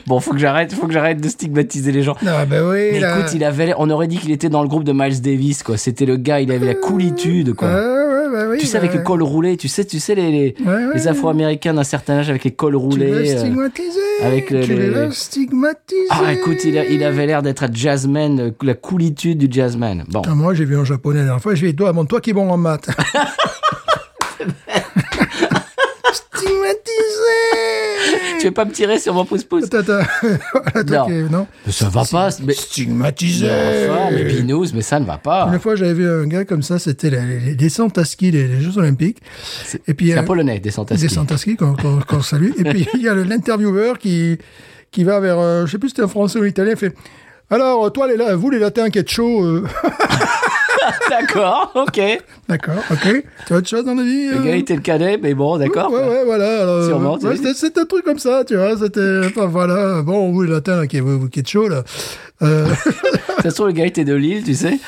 A: bon, faut que j'arrête, faut que j'arrête de stigmatiser les gens.
B: Ah, ben oui,
A: Mais
B: là.
A: écoute, il avait, l'air- on aurait dit qu'il était dans le groupe de Miles Davis, quoi. C'était le gars, il avait la coolitude, quoi.
B: Ouais, ouais, bah oui,
A: tu sais,
B: bah
A: avec le
B: ouais.
A: col roulé, tu sais, tu sais, les, les,
B: Ouais, ouais.
A: les afro-américains d'un certain âge avec les cols
B: Tu
A: roulés.
B: l'as
A: euh,
B: stigmatisé.
A: avec le-
B: tu
A: le-
B: l'as stigmatisé.
A: Ah, écoute, il, a- il avait l'air d'être un jazzman, euh, la coolitude du jazzman. Bon,
B: Putain, moi, j'ai vu un japonais la dernière fois, je lui ai dit, toi, montre-toi qui est bon en maths. Stigmatisé
A: tu veux pas me tirer sur mon pouce-pouce
B: Attends, attends. Voilà, toi
A: Non.
B: qui es- non.
A: Ça va pas, mais...
B: Stigmatisé
A: Mais enfin, mais Binous, mais ça ne va pas.
B: Une fois, j'avais vu un gars comme ça, c'était les, les descentes à ski des, des Jeux Olympiques. Et puis,
A: C'est un
B: euh,
A: Polonais, des
B: des
A: Santaski.
B: Santaski qu'on qu'on- qu'on salue. Et puis il y a le- l'intervieweur qui, qui va vers, euh, je sais plus si c'était un français ou un italien, il fait Alors, toi, les, la- vous les latins qui êtes chauds, euh,
A: D'accord, ok. Le
B: d'accord, ok, tu as autre chose dans la vie euh
A: gars était le cadet, mais bon, d'accord.
B: Ouais, ouais, voilà. alors, euh,
A: Sûrement, tu
B: ouais,
A: l'as dit.
B: c'était- c'était un truc comme ça, tu vois. C'était, enfin, voilà. Bon, vous, les latins, là, qui, vous, vous qui êtes chauds, là. Euh,
A: Ça se trouve, le gars était de Lille, tu sais.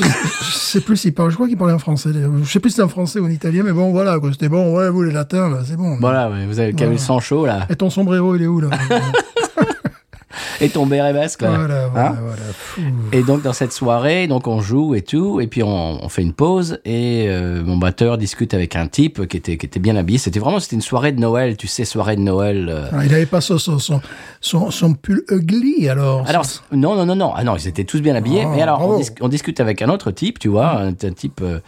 B: je sais plus s'il parle, je crois qu'il parlait en français. d'ailleurs. Je sais plus si c'était en français ou en italien, mais bon, voilà, quoi. C'était bon, ouais, vous, les latins, là, c'est bon.
A: Voilà, ouais, vous avez quand même le sang chaud, là.
B: Et ton sombrero, il est où, là
A: Et ton béret basque, là.
B: Voilà, voilà,
A: Hein
B: voilà. Fou.
A: Et donc dans cette soirée, donc on joue et tout, et puis on, on fait une pause et euh, mon batteur discute avec un type qui était qui était bien habillé. C'était vraiment c'était une soirée de Noël, tu sais, soirée de Noël. euh.
B: Alors, il n'avait pas son, son, son, son, son pull ugly, alors.
A: Alors
B: Ça-
A: non non non non ah non ils étaient tous bien habillés.
B: Ah,
A: mais alors on,
B: bravo.
A: dis- on discute avec un autre type, tu vois, un, un type euh,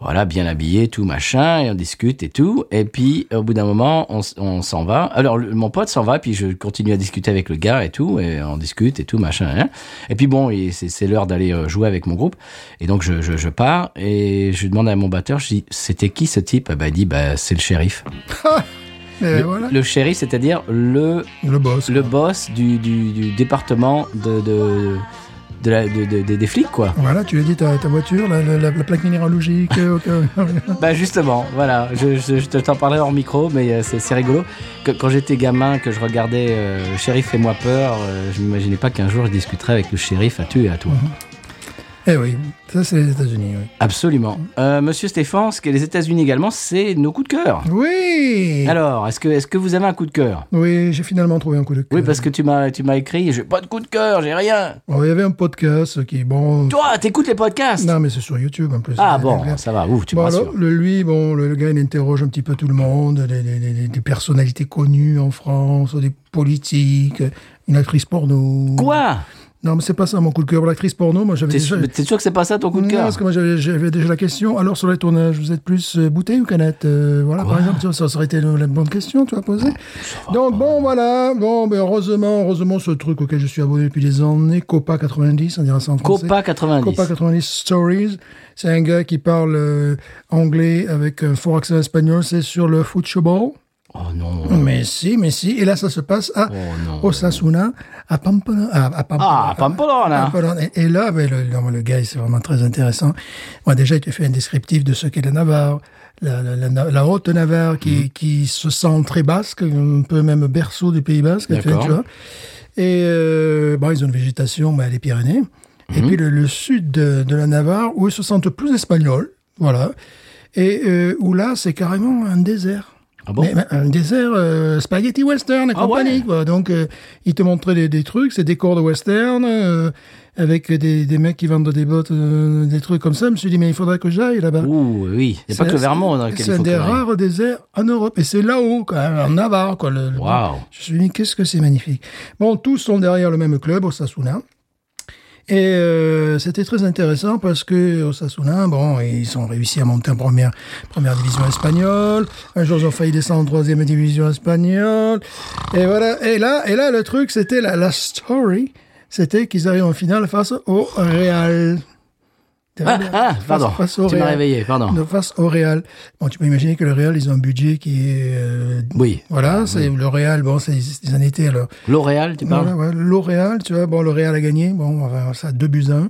A: voilà bien habillé, tout machin, et on discute et tout. Et puis au bout d'un moment on, s- on s'en va. Alors le- mon pote s'en va, puis je continue à discuter avec le gars et tout, et on discute et tout machin. hein. Et puis bon il- c'est c'est l'heure d'aller euh, jouer avec mon groupe. Et donc je, je, je pars et je demande à mon batteur, je dis c'était qui ce type Eh ben, Il dit bah c'est le shérif.
B: Mais
A: Le,
B: Eh, voilà.
A: le shérif, c'est-à-dire le
B: Le, boss.
A: le boss du, du, du département de, de, de la, de- de- des- des flics, quoi.
B: Voilà, tu as dit ta, ta voiture, la, la- la- la plaque minéralogique. euh, ok.
A: Bah justement, voilà, je, je, je te- t'en parlais hors micro, mais euh, c'est c'est rigolo. Que- quand j'étais gamin, que je regardais euh, Shérif et moi peur, euh, je m'imaginais pas qu'un jour je discuterais avec le shérif à tu et à toi.
B: eh oui, ça, c'est les États-Unis, oui.
A: Absolument. Euh, Monsieur Stéphane, ce qu'est les États-Unis également, c'est nos coups de cœur.
B: Oui
A: Alors, est-ce que, est que vous avez un coup de cœur
B: Oui, j'ai finalement trouvé un coup de cœur.
A: Oui, parce que tu m'as tu m'as écrit, j'ai pas de coup de cœur, j'ai rien.
B: Bon, il y avait un podcast qui, bon...
A: Toi, t'écoutes les podcasts
B: Non, mais c'est sur YouTube, en plus.
A: Ah
B: C'est-
A: bon, ça va, ouf, tu me
B: Bon,
A: rassures.
B: alors, le, lui, bon, le, le gars, il interroge un petit peu tout le monde, les- les- les- des personnalités connues en France, des politiques, une actrice porno.
A: Quoi
B: Non, mais c'est pas ça mon coup de cœur. L'actrice porno, moi j'avais
A: T'es
B: déjà.
A: t'es sûr que c'est pas ça ton coup de
B: Non,
A: cœur
B: parce que moi j'avais, j'avais déjà la question. Alors sur les tournages, vous êtes plus euh, bouteille ou canette Euh, Voilà, par exemple, tu vois, ça, ça aurait été le- la bonne question, tu vois, posée.
A: Ah,
B: Donc bon, voilà. Bon, ben, heureusement, heureusement, ce truc auquel je suis abonné depuis des années, Copa 90, on dira ça en français.
A: Copa 90.
B: Copa 90 Stories. C'est un gars qui parle euh, anglais avec un fort accent espagnol. C'est sur le football.
A: Oh non.
B: Mais si, mais si. Et là, ça se passe à Osasuna, à Pamplona. à- à Pamplona.
A: Oh, Ah, Pamplona.
B: Pamplona. Et, et là, ben, le, non, le gars, c'est vraiment très intéressant. Moi, déjà, il te fait un descriptif de ce qu'est la Navarre. La, la- la Na- la haute Navarre qui,
A: Mm.
B: qui se sent très basque, un peu même berceau du Pays basque. tu
A: D'accord.
B: vois. Et euh, bon, ils ont une végétation, bah, les Pyrénées. Et
A: Mm-hmm.
B: puis le, le sud de, de la Navarre, où ils se sentent plus espagnols, voilà. Et euh, où là, c'est carrément un désert.
A: Ah bon
B: Mais, mais, un dessert euh, spaghetti western et
A: Ah
B: compagnie.
A: ouais.
B: quoi. Donc, euh, ils te montraient des, des trucs, c'est des corps de western, euh, avec des, des mecs qui vendent des bottes, euh, des trucs comme ça. Je me suis dit, mais il faudrait que j'aille là-bas.
A: Ouh, oui. Il n'y a pas que le Vermont dans lequel il
B: C'est un
A: faut
B: des
A: que j'aille.
B: rares déserts en Europe. Et c'est là-haut, quand même, en Navarre. Quoi, le- le-
A: Waouh.
B: Je me suis dit, qu'est-ce que c'est magnifique. Bon, tous sont derrière le même club, Osasuna. Et euh, c'était très intéressant parce que Osasuna, bon, ils ont réussi à monter en première, première division espagnole. Un jour, ils ont failli descendre en troisième division espagnole. Et voilà. Et là, et là le truc, c'était la, la story. C'était qu'ils arrivent en finale face au Real.
A: Ah, ah, pardon.
B: Face au
A: Tu m'as
B: Real.
A: réveillé, pardon.
B: De face au Real. Bon, tu peux imaginer que le Real, ils ont un budget qui est. euh,
A: Oui.
B: Voilà, c'est le Real, bon, c'est ils en étaient alors.
A: L'Oréal, tu parles
B: Voilà, ouais, L'Oréal, tu vois, bon, le Real a gagné, bon, enfin, ça, 2 buts à 1.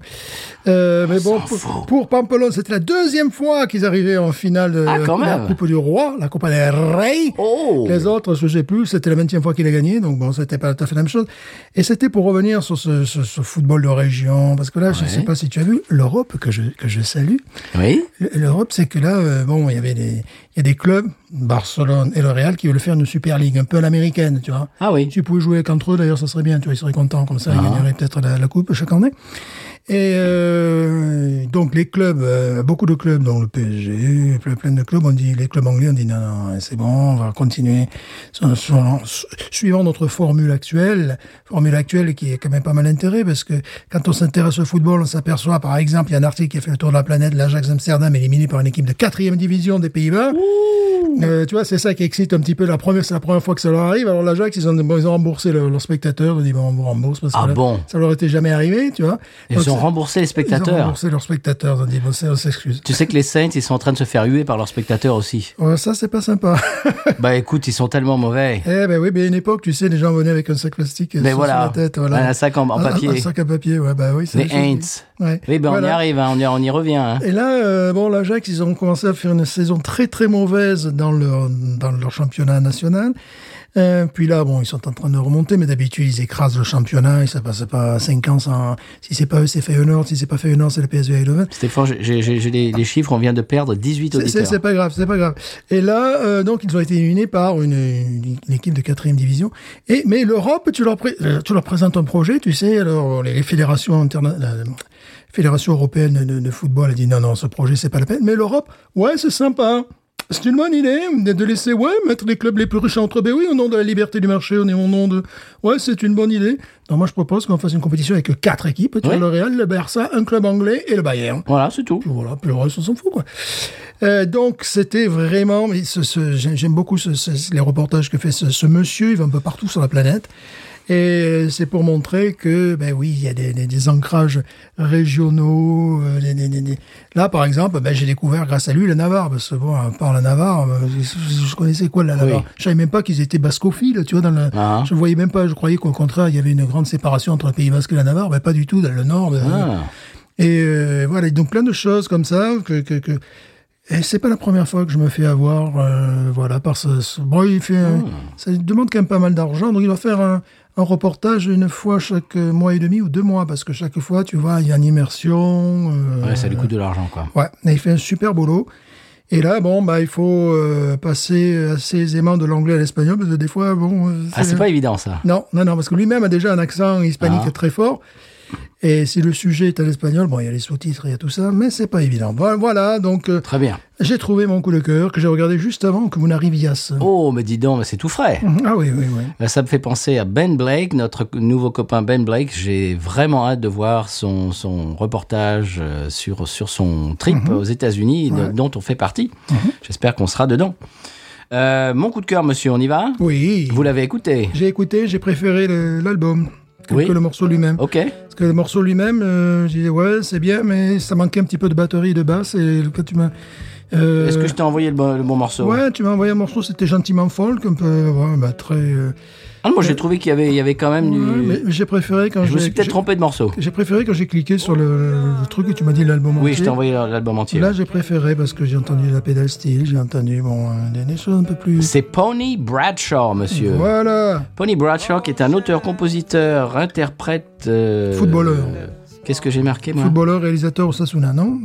B: Euh, mais bon, pour, pour Pampelone, c'était la deuxième fois qu'ils arrivaient en finale de
A: Ah, quand
B: la
A: même.
B: Coupe du Roi, la Coupe des Rey.
A: Oh
B: Les autres, je sais plus, c'était la 20e fois qu'il a gagné, donc bon, c'était pas tout à fait la même chose. Et c'était pour revenir sur ce, ce- ce football de région, parce que là, je sais pas si tu as vu, l'Europe, que je, que je salue,
A: Oui
B: le- L'Europe, c'est que là, euh, bon, il y avait des, il y a des clubs, Barcelone et le Real, qui veulent faire une Super League, un peu à l'américaine, tu vois.
A: Ah oui.
B: Si tu pouvais jouer qu'entre eux, d'ailleurs, ça serait bien, tu vois, ils seraient contents, comme ça, ils gagneraient peut-être la, la coupe chaque année. Et euh, donc, les clubs, euh, beaucoup de clubs, dont le PSG, ple- plein de clubs, on dit, les clubs anglais, on dit non, non, c'est bon, on va continuer. sur- sur- su- suivant notre formule actuelle, formule actuelle qui est quand même pas mal intérêt, parce que quand on s'intéresse au football, on s'aperçoit, par exemple, il y a un article qui a fait le tour de la planète, l'Ajax Amsterdam éliminé par une équipe de quatrième division des Pays-Bas. Euh, tu vois, c'est ça qui excite un petit peu la première, c'est la première fois que ça leur arrive. Alors l'Ajax, ils ont, bon, ils ont remboursé le- leurs spectateurs. Ils ont dit, bon, on vous rembourse parce que
A: Ah
B: là,
A: bon
B: ça leur était jamais arrivé, tu vois.
A: Ils
B: Donc,
A: ont
B: c'est-
A: remboursé les
B: Ils ont
A: spectateurs.
B: remboursé leurs spectateurs. Ils ont dit, bon, c'est- on s'excuse.
A: Tu sais que les Saints, ils sont en train de se faire huer par leurs spectateurs aussi.
B: Ouais, ça, c'est pas sympa.
A: bah écoute, ils sont tellement mauvais.
B: eh ben oui, mais à une époque, tu sais, les gens venaient avec un sac plastique euh,
A: Mais
B: sur,
A: voilà.
B: sur la tête. Voilà.
A: Un sac en- en papier.
B: Un, sac à papier, ouais, bah oui. c'est
A: Les
B: la chose.
A: Saints.
B: Ouais.
A: Oui, ben on y
B: Voilà.
A: arrive, hein, on, y, on y revient. hein.
B: Et là, euh, bon, l'Ajax, ils ont commencé à faire une saison très très mauvaise dans leur dans leur championnat national. Euh, puis là, bon, ils sont en train de remonter, mais d'habitude ils écrasent le championnat. Et ça passe pas 5 ans sans. Si c'est pas E eux, c'est Feyenoord. Si c'est pas Feyenoord, c'est le PSV Eindhoven.
A: Stéphane, j'ai j'ai- j'ai les, les chiffres, on vient de perdre 18
B: C'est- C'est
A: auditeurs.
B: c'est pas grave, c'est pas grave. Et là, euh, donc, ils ont été éliminés par une, une- une équipe de quatrième division. Et mais l'Europe, tu leur, pré- euh, tu leur présentes un projet, tu sais. Alors les, les fédérations interna- la- la fédération européenne de, de- de football a dit non, non, ce projet c'est pas la peine. Mais l'Europe, ouais, c'est sympa. C'est une bonne idée de- de laisser ouais mettre les clubs les plus riches entre eux. Ben oui, au nom de la liberté du marché, on est au nom de ouais, c'est une bonne idée. Donc moi, je propose qu'on fasse une compétition avec quatre équipes, tu vois,
A: Ouais.
B: le Real, le Barça, un club anglais et le Bayern.
A: Voilà, c'est tout.
B: Puis voilà, puis le reste, on s'en fout, quoi. Euh, donc, c'était vraiment... mais ce- ce- J'aime j'aime beaucoup ce- ce- les reportages que fait ce, ce monsieur. Il va un peu partout sur la planète. Et euh, c'est pour montrer que, ben oui, il y a des, des- des ancrages régionaux. euh, des- des- des- des- Là, par exemple, ben, j'ai découvert grâce à lui la Navarre. Parce que, bon, à part la Navarre, euh, je, je connaissais quoi la Navarre Je savais même pas qu'ils étaient bascophiles, tu vois. Dans le...
A: Ah.
B: Je voyais même pas, je croyais qu'au contraire, il y avait une grande séparation entre le Pays Basque et la Navarre. Ben, pas du tout, dans le Nord. ben,
A: Ah.
B: et euh, voilà, donc plein de choses comme ça que. que, que- et c'est pas la première fois que je me fais avoir, euh, voilà, par ce, ce- bon, il fait, un-
A: Ah.
B: ça lui demande quand même pas mal d'argent, donc il va faire un, un reportage une fois chaque euh, mois et demi ou deux mois, parce que chaque fois, tu vois, il y a une immersion. euh,
A: Ouais, ça lui coûte de l'argent, quoi.
B: Ouais, et il fait un super boulot. Et là, bon, bah, il faut euh, passer assez aisément de l'anglais à l'espagnol, parce que des fois, bon. euh,
A: Ah, c'est pas évident, ça.
B: non, non, non, parce que lui-même a déjà un accent hispanique
A: Ah.
B: très fort. Et si le sujet est à l'espagnol, bon, il y a les sous-titres, il y a tout ça, mais c'est pas évident. Bon, voilà, donc euh,
A: Très bien.
B: j'ai trouvé mon coup de cœur que j'ai regardé juste avant que vous n'arriviez à ce.
A: Oh, mais dis donc, mais c'est tout frais.
B: Ah oui, oui, oui.
A: Bah, Ça me fait penser à Ben Blake, notre nouveau copain Ben Blake. J'ai vraiment hâte de voir son, son reportage euh, sur, sur son trip
B: Mhm.
A: aux États-Unis, de- dont on fait partie. J'espère qu'on sera dedans. Euh, mon coup de cœur, monsieur, on y va
B: Oui.
A: Vous l'avez écouté
B: J'ai écouté, j'ai préféré le- l'album que,
A: Oui. Oh.
B: que le morceau lui-même.
A: Ok.
B: Parce que le morceau lui-même, euh, j'ai dit ouais, c'est bien, mais ça manquait un petit peu de batterie et de basse. Et quand tu m'as. euh,
A: Est-ce que je t'ai envoyé le bon, le bon morceau
B: Ouais, tu m'as envoyé un morceau, c'était gentiment folk, un peu. Ouais, bah, très. euh,
A: Ah, Moi, j'ai trouvé qu'il y avait, il y avait quand même du...
B: ouais, mais j'ai préféré quand
A: je me
B: j'ai-
A: suis peut-être
B: j'ai-
A: trompé de morceau.
B: J'ai préféré quand j'ai cliqué sur le, le truc que tu m'as dit l'album
A: Oui,
B: entier.
A: je t'ai envoyé l'album entier.
B: Là, j'ai préféré parce que j'ai entendu la pédale style, j'ai entendu bon, euh, des, des choses un peu plus.
A: C'est Pony Bradshaw, monsieur.
B: Voilà.
A: Pony Bradshaw, qui est un auteur, compositeur, interprète. euh,
B: Footballeur.
A: euh, Qu'est-ce que j'ai marqué, moi
B: Footballeur, réalisateur au Sasuna, non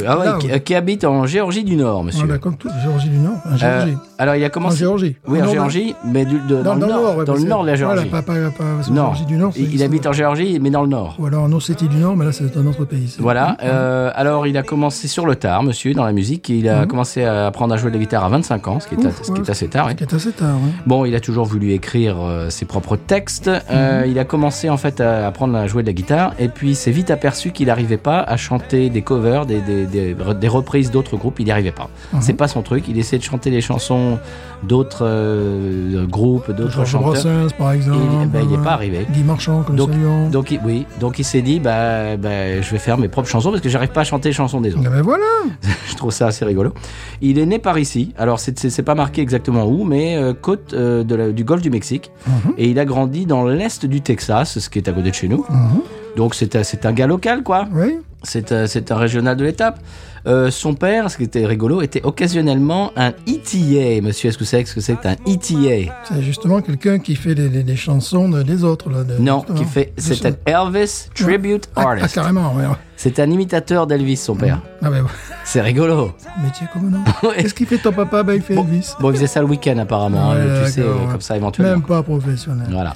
A: Euh, ah ouais,
B: Là,
A: qui,
B: ouais.
A: qui habite en Géorgie du Nord, monsieur.
B: Voilà, comme tout, Géorgie du Nord. en
A: Euh,
B: Géorgie.
A: alors, il a
B: En
A: commencé.
B: Géorgie.
A: Oui, en
B: Nord-
A: Géorgie, mais du- de- dans, le nord, dans
B: ouais, parce
A: le
B: que-
A: nord de la Géorgie.
B: Voilà, pas, pas, pas, parce que
A: non,
B: Géorgie du Nord.
A: il, il
B: c'est-
A: habite en Géorgie, mais dans le nord.
B: Ou alors en Ossétie du Nord, mais là, c'est un autre pays. ça.
A: Voilà. euh, alors, il a commencé sur le tard, monsieur, dans la musique. Il a commencé à apprendre à jouer de la guitare à 25 ans, ce qui est,
B: Mhm. Ouf,
A: ce qui
B: ouais.
A: est assez tard. hein. oui.
B: Qui est assez tard, hein. ouais.
A: Bon, il a toujours voulu écrire euh, ses propres textes. Euh, Il a commencé en fait à apprendre à jouer de la guitare, et puis il s'est vite aperçu qu'il n'arrivait pas à chanter des covers, des, des, des, des reprises d'autres groupes. Il n'y arrivait pas. C'est pas son truc. Il essayait de chanter les chansons d'autres euh, groupes, d'autres
B: Georges
A: chanteurs.
B: Brassens, par exemple.
A: Il- ben, il est
B: euh,
A: pas arrivé.
B: Guy Marchand, comme
A: Donc-
B: ça, Lyon.
A: Donc il, oui, donc il s'est dit bah, bah je vais faire mes propres chansons parce que j'arrive pas à chanter les chansons des autres.
B: Ah, ben voilà.
A: Je trouve ça assez rigolo. Il est né par ici. Alors, c'est- c'est c'est pas marqué exactement où, mais euh, côte euh, de la- du golfe du Mexique.
B: Mhm.
A: Et il a grandi dans l'est du Texas, ce qui est à côté de chez nous.
B: Mhm.
A: Donc, c'est un- c'est un gars local, quoi.
B: Oui.
A: C'est un- c'est un régional de l'étape. Euh, son père, ce qui était rigolo, était occasionnellement un ETA. Monsieur, est-ce que vous savez ce que c'est un E ETA
B: C'est justement quelqu'un qui fait les, les- les chansons de- des autres. Là, de-
A: Non,
B: justement.
A: qui fait.
B: Des
A: C'est un
B: chansons.
A: Elvis Tribute
B: Ah, Ah,
A: Artist.
B: carrément, ouais. ouais.
A: C'est un imitateur d'Elvis, son père.
B: Ah, ben ouais.
A: C'est rigolo.
B: Métier comme non.
A: Ouais.
B: Qu'est-ce qu'il fait ton papa Ben, il fait Elvis.
A: Bon, il faisait ça le week-end, apparemment. hein,
B: Ouais,
A: tu sais,
B: d'accord, ouais.
A: comme ça, éventuellement.
B: Même pas professionnel.
A: Voilà.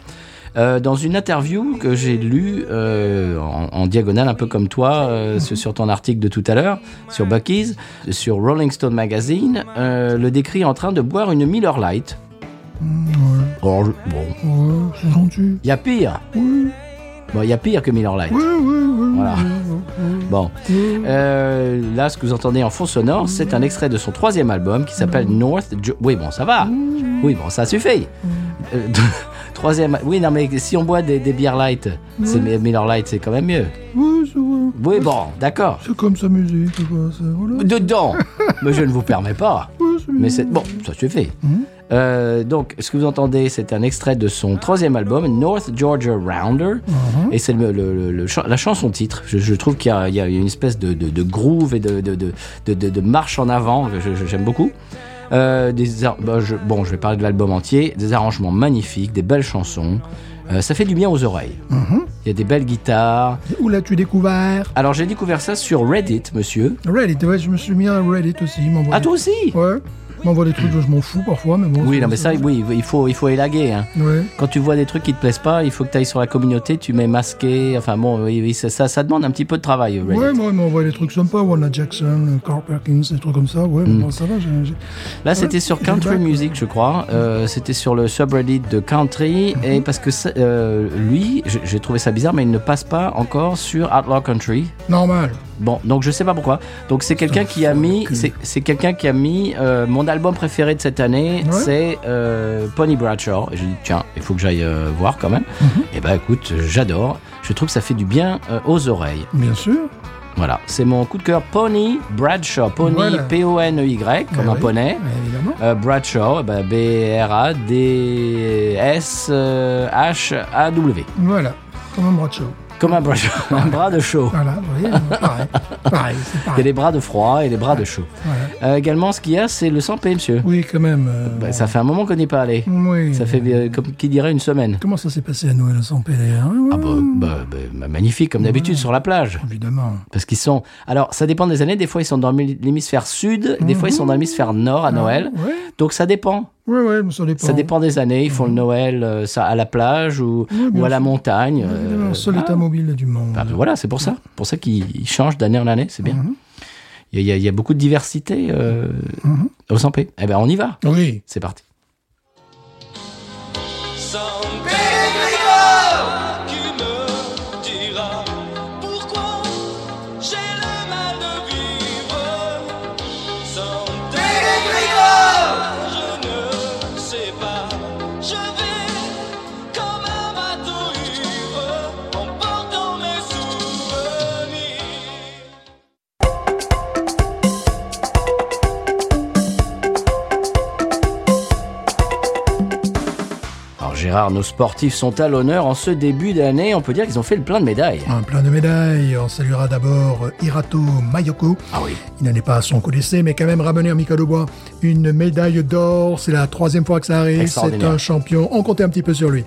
A: Euh, dans une interview que j'ai lue euh, en, en diagonale, un peu comme toi, euh, sur- sur ton article de tout à l'heure, sur Bucky's, sur Rolling Stone Magazine, euh, le décrit en train de boire une Miller Lite. Oh, je- bon,
B: Ouais, ouais, c'est gentil.
A: il y a pire.
B: Oui,
A: Bon, il y a pire que Miller Lite.
B: oui, oui, oui.
A: Voilà.
B: oui, oui,
A: Bon,
B: oui.
A: Euh, là, ce que vous entendez en fond sonore, c'est un extrait de son troisième album qui s'appelle
B: Mm.
A: North. Jo- oui, bon, ça va. Oui, bon, ça suffit. Euh, troisième. Oui, non, mais si on boit des, des bières light, c'est
B: Mm.
A: Miller Light, c'est quand même mieux.
B: Oui, c'est vrai.
A: Oui, bon, d'accord.
B: C'est comme sa musique, quoi. c'est- Voilà.
A: Dedans Mais je ne vous permets pas.
B: Oui, c'est
A: Mais
B: mignon.
A: c'est. Bon, ça suffit.
B: Mhm.
A: Euh, donc, ce que vous entendez, c'est un extrait de son troisième album, North Georgia Rounder.
B: Mhm.
A: Et c'est le, le- le- le chan- la chanson titre. Je, je trouve qu'il y a- il y, a une espèce de, de- de groove et de, de- de- de- de- de marche en avant que je- je- j'aime beaucoup. Euh, des ar- bah, je- bon, je vais parler de l'album entier. Des arrangements magnifiques, des belles chansons. Euh, ça fait du bien aux oreilles.
B: Mhm.
A: Il y a des belles guitares.
B: Où l'as-tu découvert
A: Alors, j'ai découvert ça sur Reddit, monsieur.
B: Reddit, ouais, je me suis mis à Reddit aussi. il m'envoie
A: Ah,
B: des-
A: toi aussi
B: Ouais. Il m'envoie des trucs, je m'en fous parfois, mais bon.
A: Oui,
B: c'est-
A: non, mais ça, oui, il faut, il faut élaguer. hein.
B: Ouais.
A: Quand tu vois des trucs qui te plaisent pas, il faut que tu ailles sur la communauté, tu mets masqué. Enfin bon, oui, oui, ça, ça, ça demande un petit peu de travail. Reddit.
B: Ouais, moi, il m'envoie des trucs sympas, Wanda Jackson, euh, Carl Perkins, des trucs comme ça. Ouais,
A: Mm.
B: mais bon, ça va. j'ai- j'ai-
A: Là, c'était sur Country
B: Feedback.
A: Music, je crois. Euh, c'était sur le subreddit de Country.
B: Mhm.
A: Et parce que ça- euh, lui, j- j'ai trouvé ça bizarre, mais il ne passe pas encore sur Outlaw Country.
B: Normal.
A: Bon, donc je sais pas pourquoi. Donc c'est quelqu'un
B: Ah,
A: qui a mis,
B: fuck.
A: c'est c'est quelqu'un qui a mis euh, mon album préféré de cette année,
B: Ouais.
A: c'est euh, Pony Bradshaw. Et j'ai dit tiens, il faut que j'aille euh, voir quand même.
B: Mhm.
A: Et bah écoute, j'adore. Je trouve que ça fait du bien euh, aux oreilles.
B: Bien sûr.
A: Voilà, c'est mon coup de cœur Pony Bradshaw. Pony
B: Voilà.
A: P O N E Y comme
B: Eh
A: un
B: oui,
A: poney.
B: eh, Évidemment.
A: Euh, Bradshaw, bah, B-R-A-D-S-H-A-W.
B: Voilà. Comme un bras de show.
A: Comme un Bradshaw, un bras de chaud.
B: Voilà, vous voyez, euh, pareil. Pareil, c'est
A: Il y a
B: pareil.
A: les bras de froid et les bras de chaud.
B: Voilà.
A: Euh, également, ce qu'il y a, c'est le 100p, monsieur.
B: Oui, quand même. euh,
A: Bah, ça fait un moment qu'on n'est pas allé.
B: oui.
A: Ça fait, euh, comme qui dirait, une semaine.
B: Comment ça s'est passé à Noël à San Pédère hein
A: Ah bah, bah, bah, magnifique, comme d'habitude, sur la plage.
B: Évidemment.
A: Parce qu'ils sont... Alors, ça dépend des années. Des fois, ils sont dans l'hémisphère sud. Des fois, ils sont dans
B: Mhm.
A: l'hémisphère nord
B: Ah,
A: à Noël.
B: Oui,
A: Donc, ça dépend.
B: oui, ouais, mais ça dépend.
A: Ça dépend des années. Ils font le Noël euh, ça, à la plage ou,
B: Mhm. Oui, bien
A: ou à la
B: sûr.
A: montagne.
B: Évidemment,
A: euh,
B: seul état mobile du monde.
A: Bah, voilà, c'est pour ça. Pour ça qu'ils changent d'année en année, c'est bien.
B: Mhm.
A: Il y, a- il y a- il y a beaucoup de diversité euh,
B: Mhm.
A: au 100 Eh ben, on y va.
B: Oui.
A: C'est parti.
C: Sans pègre qui me dira pourquoi j'ai le mal de vivre. Sans pègre je ne sais pas. Je vais comme un bateau ivre en portant mes souvenirs.
A: Alors, Gérard, nos sportifs sont à l'honneur en ce début d'année. On peut dire qu'ils ont fait le plein de médailles.
B: Un plein de médailles. On saluera d'abord euh, Hirato Mayoko.
A: Ah oui.
B: Il n'en est pas à son coup d'essai, mais quand même ramené à Mika Bois une médaille d'or. C'est la troisième fois que ça arrive. C'est
A: Extraordinaire.
B: un champion. On comptait un petit peu sur lui.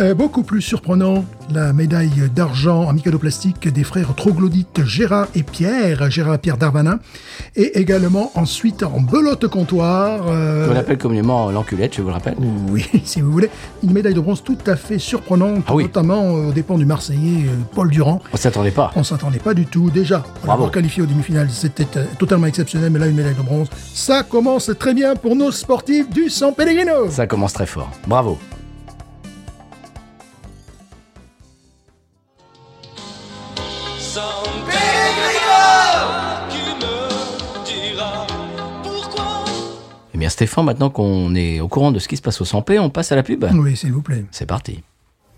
B: Euh, beaucoup plus surprenant, la médaille d'argent en mycanoplastique des frères troglodytes Gérard et Pierre, Gérard et Pierre Darmanin, et également ensuite en belote comptoir. euh,
A: On l'appelle communément l'enculette, je vous le rappelle.
B: oui, si vous voulez, une médaille de bronze tout à fait surprenante,
A: Ah oui.
B: notamment euh, aux dépens du Marseillais euh, Paul Durand.
A: On s'attendait pas.
B: On s'attendait pas du tout. Déjà, pour
A: Bravo.
B: l'avoir qualifié aux demi-finales, c'était euh, totalement exceptionnel, mais là, une médaille de bronze. Ça commence très bien pour nos sportifs du San Pellegrino.
A: Ça commence très fort. Bravo.
C: San Pellegrino Qui me dira pourquoi
A: Eh bien, Stéphane, maintenant qu'on est au courant de ce qui se passe au 100p, on passe à la pub.
B: Oui, s'il vous plaît.
A: C'est parti.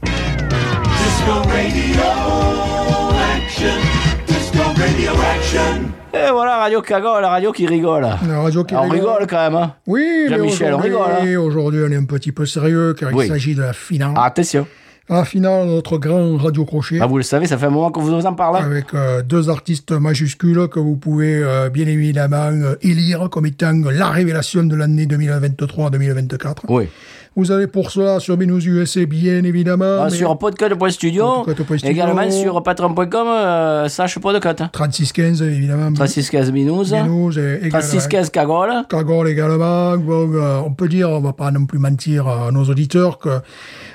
D: Disco radio action. Disco radio action.
A: Et Eh, voilà Radio Cagole, la radio qui rigole.
B: La radio qui
A: Ah, on
B: rigole.
A: rigole quand même. hein.
B: Oui, mais
A: Jean-Michel, on
B: aujourd'hui,
A: rigole, hein.
B: aujourd'hui, on est un petit peu sérieux car
A: Oui.
B: il s'agit de la finale.
A: Attention.
B: La finale, de notre grand radio crochet.
A: Ah, vous le savez, ça fait un moment qu'on vous en parle.
B: Avec euh, deux artistes majuscules que vous pouvez euh, bien évidemment euh, élire comme étant la révélation de l'année 2023-2024.
A: Oui.
B: Vous allez pour cela sur Binous USA, bien évidemment.
A: Ah,
B: mais-
A: Sur podcast.studio,
B: Podcast.studio.
A: également sur patreon.com, euh, slash podcast.
B: 36-15, évidemment.
A: 3615 Binous,
B: Binous et également.
A: 3615 Cagole.
B: Cagole également. Bon, euh, on peut dire, on va pas non plus mentir à nos auditeurs que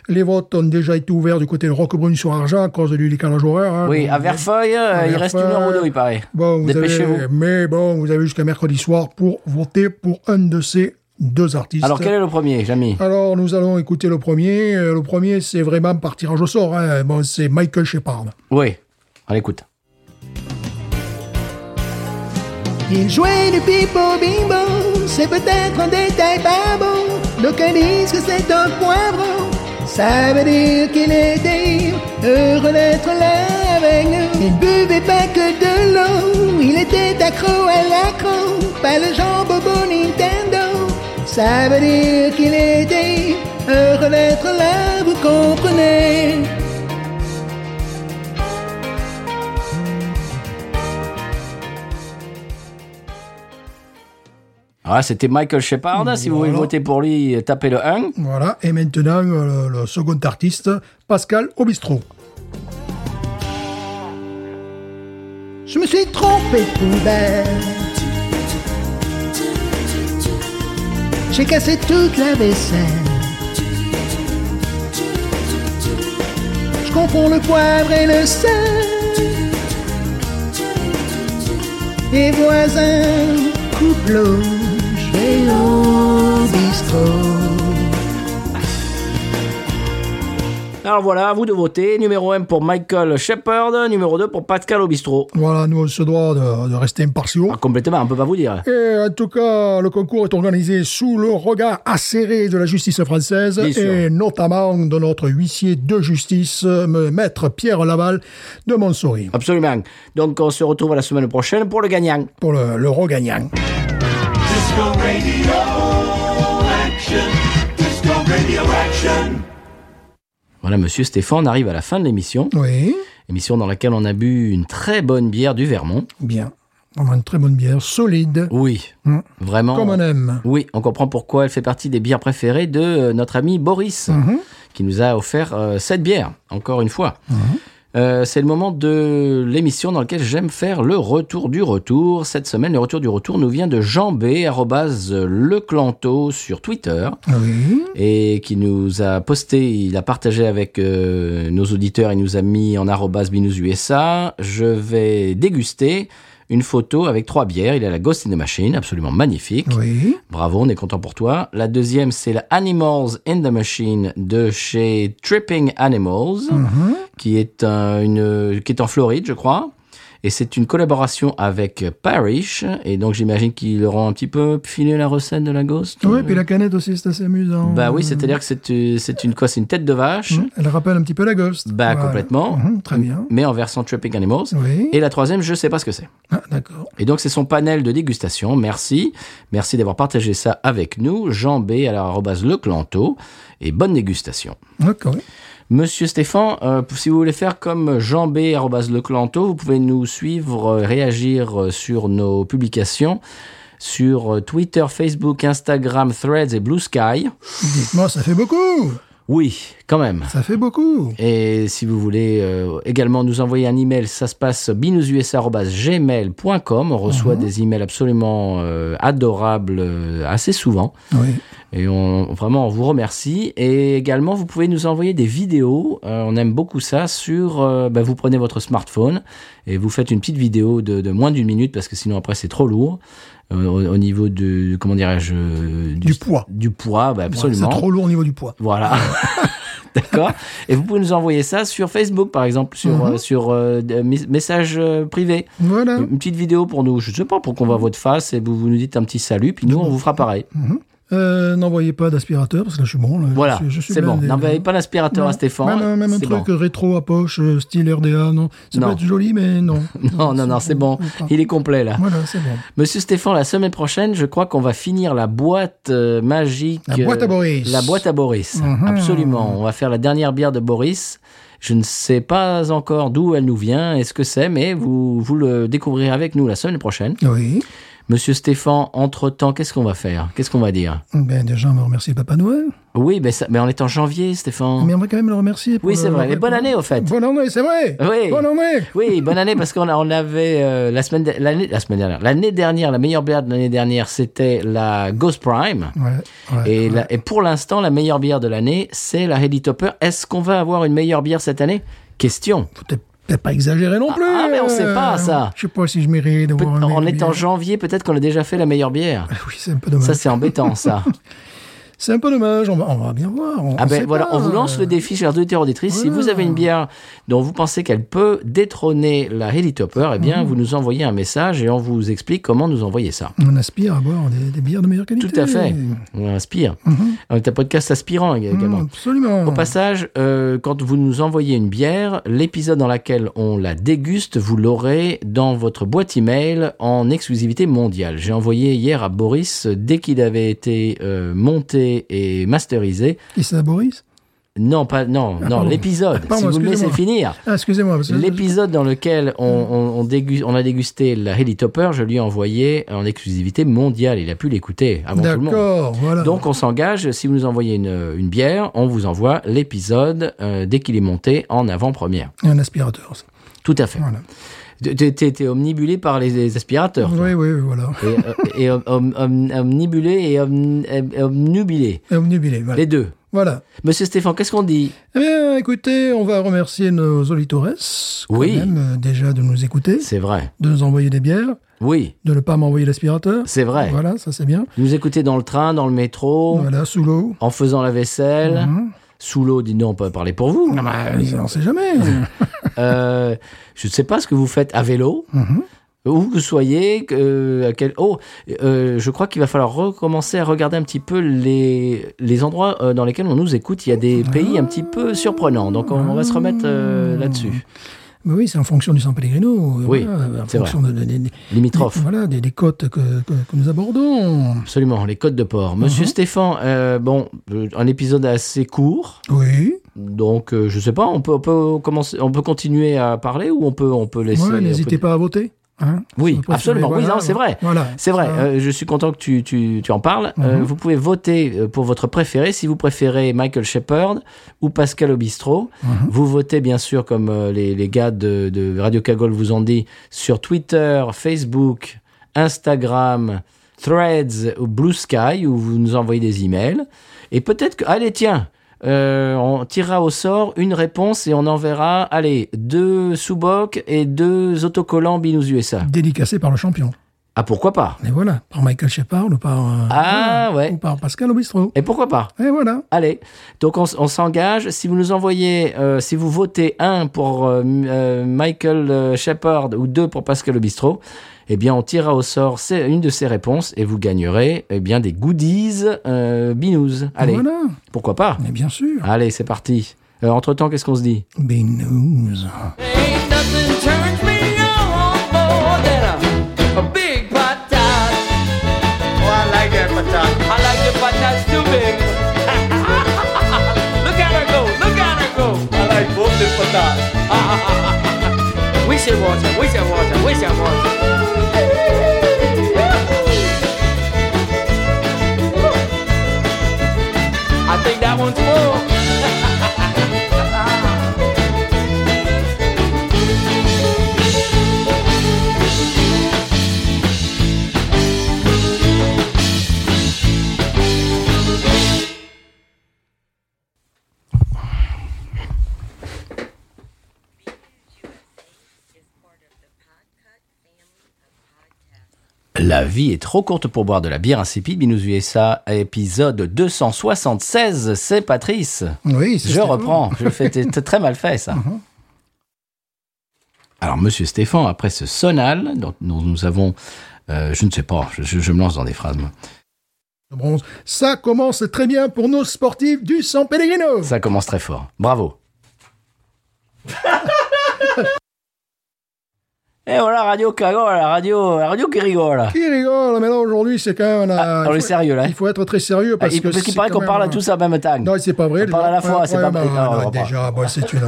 B: les votes ont déjà été ouverts du côté de Roquebrune sur Argent à cause du décalage horaire. hein.
A: Oui,
B: Donc,
A: à Verfeuille, euh, il reste une heure ou deux, il paraît.
B: Bon, vous
A: Dépêchez-vous.
B: avez, mais bon, vous avez jusqu'à mercredi soir pour voter pour un de ces deux artistes.
A: Alors, quel est le premier, Jamy
B: Alors, nous allons écouter le premier. Euh, Le premier, c'est vraiment par tirage au sort. hein. Bon, c'est Michael Shepard.
A: Oui. On l'écoute.
B: Il jouait du pipo bimbo, c'est peut-être un détail pas bon. D'aucuns disent que c'est un poivron. Ça veut dire qu'il était heureux d'être là avec nous. Il buvait pas que de l'eau, il était accro à l'accro, pas le genre bobo Nintendo. Ça veut dire qu'il était heureux d'être là, vous comprenez.
A: Ah, c'était Michael Shepard. Si vous voulez
B: Mmh, Voilà.
A: voter pour lui, euh, tapez le 1.
B: Voilà, et maintenant euh, le, le second artiste, Pascal Obistro. Je me suis trompé poubelle. J'ai cassé toute la vaisselle. Je confonds le poivre et le sel. Et voisins, couple, je vais au bistrot.
A: Alors voilà, à vous de voter. Numéro 1 pour Michael Shepard, numéro 2 pour Pascal Obistro.
B: Voilà, nous on se doit de, de rester impartiaux.
A: Ah, complètement, on peut pas vous dire.
B: Et en tout cas, le concours est organisé sous le regard acéré de la justice française
A: Bien sûr.
B: et notamment de notre huissier de justice, euh, maître Pierre Laval de Montsouris,
A: Absolument. Donc on se retrouve la semaine prochaine pour le gagnant.
B: pour le, le regagnant.
D: Disco radio action. Disco radio action.
A: Voilà, monsieur Stéphane, on arrive à la fin de l'émission.
B: Oui,
A: Émission dans laquelle on a bu une très bonne bière du Vermont.
B: bien. On a une très bonne bière, solide,
A: Oui,
B: Mm.
A: vraiment.
B: comme on aime.
A: Oui, on comprend pourquoi elle fait partie des bières préférées de euh, notre ami Boris,
B: Mm-hmm.
A: qui nous a offert euh, cette bière, encore une fois. Euh, c'est le moment de l'émission dans laquelle j'aime faire le retour du retour. Cette semaine, le retour du retour nous vient de Jean B, arrobase leclanto sur Twitter,
B: Oui,
A: et qui nous a posté, il a partagé avec euh, nos auditeurs, il nous a mis en arrobase binous USA. Je vais déguster une photo avec trois bières. Il a la Ghost in the Machine, absolument magnifique.
B: oui,
A: Bravo, on est content pour toi. La deuxième, c'est la Animals in the Machine de chez Tripping Animals,
B: Mhm.
A: qui, est un- une, qui est en Floride, je crois. Et c'est une collaboration avec Parrish. Et donc, j'imagine qu'ils leur ont un petit peu filé la recette de la Ghost.
B: oui. Puis la canette aussi, c'est assez amusant.
A: Oh.
B: Hein
A: Bah oui, c'est-à-dire que c'est euh, c'est une quoi C'est une tête de vache,
B: Elle rappelle un petit peu la Ghost.
A: Bah, complètement.
B: Mhm, Mmh. très bien.
A: mais en versant Tripping Animals.
B: Oui.
A: Et la troisième, je sais pas ce que c'est.
B: Ah, D'accord.
A: Et donc, c'est son panel de dégustation. Merci. Merci d'avoir partagé ça avec nous. Jean B. à la arrobase Leclanto. Et bonne dégustation.
B: D'accord.
A: Monsieur Stéphane, euh, si vous voulez faire comme Jean B. arrobase Leclanto, vous pouvez nous suivre, euh, réagir euh, sur nos publications sur euh, Twitter, Facebook, Instagram, Threads et Blue Sky.
B: Dites-moi, ça fait beaucoup.
A: Oui, Quand même.
B: Ça fait beaucoup.
A: Et si vous voulez euh, également nous envoyer un email, ça se passe binoususa.gmail.com. On reçoit
B: Mhm.
A: des emails absolument euh, adorables euh, assez souvent.
B: Oui.
A: Et on, vraiment, on vous remercie. Et également, vous pouvez nous envoyer des vidéos. Euh, on aime beaucoup ça. Sur, euh, bah, vous prenez votre smartphone et vous faites une petite vidéo de, de moins d'une minute parce que sinon après c'est trop lourd Euh, au, au niveau du comment dirais-je euh,
B: Du poids.
A: Du poids, bah, absolument.
B: C'est trop lourd au niveau du poids.
A: Voilà. D'accord. Et vous pouvez nous envoyer ça sur Facebook, par exemple, sur,
B: Mhm.
A: euh, sur euh, de- mes- message euh, privé.
B: Voilà.
A: Une petite vidéo pour nous, je sais pas, pour qu'on voit votre face et vous, vous nous dites un petit salut, puis nous, on vous fera pareil.
B: Euh, N'envoyez pas d'aspirateur, parce que là, je suis bon. là.
A: Voilà,
B: Je suis- je suis
A: c'est bon.
B: blindé,
A: N'envoyez
B: là.
A: pas l'aspirateur à
B: Non.
A: Stéphane.
B: Même, un- même un
A: c'est
B: truc
A: bon.
B: rétro à poche, euh, style RDA, non. Ça
A: Non.
B: peut être joli, mais non.
A: Non, non, non, c'est bon. Il est complet, là.
B: Voilà, c'est bon.
A: Monsieur Stéphane, la semaine prochaine, je crois qu'on va finir la boîte euh, magique.
B: La boîte à Boris.
A: La boîte à Boris.
B: Mhm.
A: Absolument. On va faire la dernière bière de Boris. Je ne sais pas encore d'où elle nous vient et ce que c'est, mais vous, vous le découvrirez avec nous la semaine prochaine.
B: Oui.
A: Monsieur Stéphane, entre-temps, qu'est-ce qu'on va faire Qu'est-ce qu'on va dire
B: Ben, déjà, on va remercier Papa Noël.
A: Oui, mais, ça, mais on est en janvier, Stéphane.
B: Mais euh, on va quand même le remercier. pour
A: Oui,
B: le-
A: c'est vrai. Et bonne année, au fait.
B: Bonne année, c'est vrai.
A: Oui.
B: Bonne année.
A: Oui, bonne année parce qu'on a- on avait euh, la semaine de- l'année la semaine dernière l'année dernière la meilleure bière de l'année dernière c'était la Ghost Prime
B: Ouais, ouais.
A: et, la- et pour l'instant la meilleure bière de l'année c'est la Heady Topper. Est-ce qu'on va avoir une meilleure bière cette année Question.
B: Faut peut-être peut-être pas exagérer non plus.
A: ah, mais on sait
B: euh,
A: pas, ça.
B: Je sais pas si je mérite de
A: Peut-
B: voir un
A: en
B: mec
A: étant
B: bien.
A: janvier peut-être qu'on a déjà fait la meilleure bière.
B: Oui, c'est un peu dommage.
A: Ça c'est embêtant ça.
B: C'est un peu dommage. On va, on va bien voir. On,
A: Ah
B: on
A: ben
B: sait
A: voilà,
B: pas,
A: on vous lance
B: euh,
A: le défi, chers auditeurs auditrices. Si
B: voilà.
A: vous avez une bière dont vous pensez qu'elle peut détrôner la Heady Topper, eh
B: Mhm.
A: bien vous nous envoyez un message et on vous explique comment nous envoyer ça.
B: On aspire à boire des, des bières de meilleure qualité. Mmh,
A: Tout à fait. On inspire.
B: Mhm.
A: On est un podcast aspirant ég-
B: Mm,
A: également.
B: absolument.
A: Au passage, euh, quand vous nous envoyez une bière, l'épisode dans lequel on la déguste, vous l'aurez dans votre boîte email en exclusivité mondiale. J'ai envoyé hier à Boris, euh, dès qu'il avait été euh, monté et masterisé,
B: Et c'est à Boris
A: non, pas, non, non,
B: pardon.
A: l'épisode,
B: Ah, pardon,
A: si vous me laissez
B: excusez-moi. Mmh.
A: finir.
B: Ah, excusez-moi. parce que-
A: L'épisode dans lequel on, on, on déguste- on a dégusté la Heli Topper, je lui ai envoyé en exclusivité mondiale. Il a pu l'écouter avant tout le monde.
B: D'accord, voilà.
A: Donc on s'engage, si vous nous envoyez une, une bière, on vous envoie l'épisode euh, dès qu'il est monté en avant-première.
B: Et un aspirateur. ça.
A: Tout à fait.
B: Voilà.
A: T'es- T'es t'es omnibulé par les, les aspirateurs. toi.
B: Oui, oui, voilà.
A: Et, euh, et om- om- om- omnibulé et om- om- omnubilé.
B: Et omnubilé, voilà.
A: Les deux.
B: Voilà.
A: Monsieur Stéphane, qu'est-ce qu'on dit
B: Eh bien, écoutez, on va remercier nos auditores. quand
A: Oui.
B: même, euh, déjà de nous écouter,
A: C'est vrai.
B: de nous envoyer des bières,
A: Oui,
B: de ne pas m'envoyer l'aspirateur.
A: c'est vrai.
B: Voilà, ça c'est bien.
A: Vous nous écoutez dans le train, dans le métro,
B: Voilà, sous l'eau.
A: en faisant la vaisselle. Sous l'eau, dis donc, on peut parler pour vous.
B: Ah bah, on sait jamais.
A: Euh, je ne sais pas ce que vous faites à vélo.
B: Mhm.
A: Où que vous soyez, que- euh, à quel... oh, euh, je crois qu'il va falloir recommencer à regarder un petit peu les, les endroits euh, dans lesquels on nous écoute. Il y a des
B: Ah.
A: pays un petit peu surprenants, donc on, on va se remettre euh, là-dessus.
B: Mais oui, c'est en fonction du San Pellegrino. euh,
A: Oui,
B: voilà, en
A: c'est
B: fonction de- de- de- des-
A: Limitrophe.
B: voilà, des, des côtes que, que- que nous abordons.
A: Absolument, les côtes de port.
B: Mhm.
A: Monsieur Stéphane, euh, bon, euh, un épisode assez court,
B: Oui,
A: donc euh, je sais pas, on peut, on peut commencer, on peut continuer à parler ou on peut, on peut laisser.
B: Ouais,
A: on
B: n'hésitez
A: peut-
B: pas à voter. hein.
A: Oui,
B: Si vous préférez,
A: absolument. Oui, non, c'est vrai.
B: Voilà.
A: C'est vrai,
B: Ça,
A: euh, je suis content que tu, tu, tu en parles. Euh, vous pouvez voter euh, pour votre préféré. Si vous préférez Michael Shepard ou Pascal Obistro, vous votez bien sûr, comme euh, les, les gars de, de Radio Cagole vous ont dit, sur Twitter, Facebook, Instagram, Threads ou Blue Sky, où vous nous envoyez des emails. Et peut-être que... Allez, tiens euh, on tirera au sort une réponse et on enverra, allez, deux sous-bocs et deux autocollants Binous USA.
B: Dédicacé par le champion.
A: Ah, pourquoi pas
B: Et voilà, par Michael Shepard ou par, euh,
A: Ah,
B: voilà,
A: ouais.
B: ou par Pascal Obistro.
A: Et pourquoi pas
B: Et voilà.
A: Allez, donc on, s- on s'engage. Si vous nous envoyez, euh, si vous votez un pour euh, m- euh, Michael euh, Shepard ou deux pour Pascal Obistro, eh bien on tirera au sort ces- une de ces réponses et vous gagnerez eh bien des goodies euh, binous. Allez,
B: Voilà.
A: pourquoi pas
B: Mais bien sûr.
A: Allez, c'est parti. entre temps, qu'est-ce qu'on se dit
B: Big news.
C: Ain't nothing turns me on more than a, a big patat. Oh, I like that patat. I like the patats too big. look at her go, look at her go. I like both the patats. we should watch her, we should watch her, we should watch her. I think that one's full.
A: La vie est trop courte pour boire de la bière insipide. Binous USA, épisode 276. C'est Patrice.
B: Oui, c'est
A: Je
B: Stéphane.
A: reprends. Je fais t'es- t'es très mal fait, ça. Alors, monsieur Stéphane, après ce sonal dont, dont nous avons. euh, je ne sais pas, je, je- je me lance dans des phrases. moi.
B: Le bronze. Ça commence très bien pour nos sportifs du San Pellegrino.
A: Ça commence très fort. Bravo. Et Eh, voilà, Radio Cagole, la radio, la radio qui rigole.
B: Qui rigole Mais là, aujourd'hui, c'est quand même... on a-
A: Ah, on
B: il
A: est
B: faut-
A: sérieux, là, hein.
B: Il faut être très sérieux
A: Ah,
B: parce
A: il-
B: que...
A: Parce qu'il
B: c'est
A: paraît
B: quand
A: qu'on
B: même
A: parle à
B: un-
A: tous à même temps.
B: Non, c'est pas vrai.
A: On parle à la
B: Ouais,
A: fois, c'est
B: ouais,
A: pas-
B: bah,
A: non, on va
B: non,
A: pas.
B: Déjà, bah, c'est une...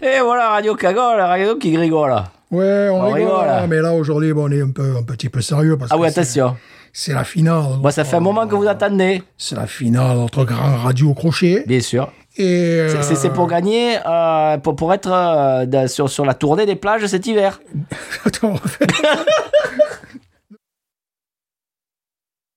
A: Et Eh, voilà, Radio Cagole, la radio qui rigole.
B: Ouais, on,
A: On
B: rigole,
A: rigole,
B: hein,
A: là.
B: mais là, aujourd'hui, bon, on est un, peu, un petit peu sérieux parce
A: Ah
B: que
A: oui,
B: c'est-
A: attention.
B: c'est la finale.
A: Moi, ça fait un moment que vous attendez,
B: C'est la finale entre Grand Radio Crochet
A: bien sûr.
B: et...
A: C'est- C'est c'est
B: euh,
A: pour gagner, euh, pour, pour être euh, dans- sur, sur la tournée des plages cet hiver.
B: Attends, on fait-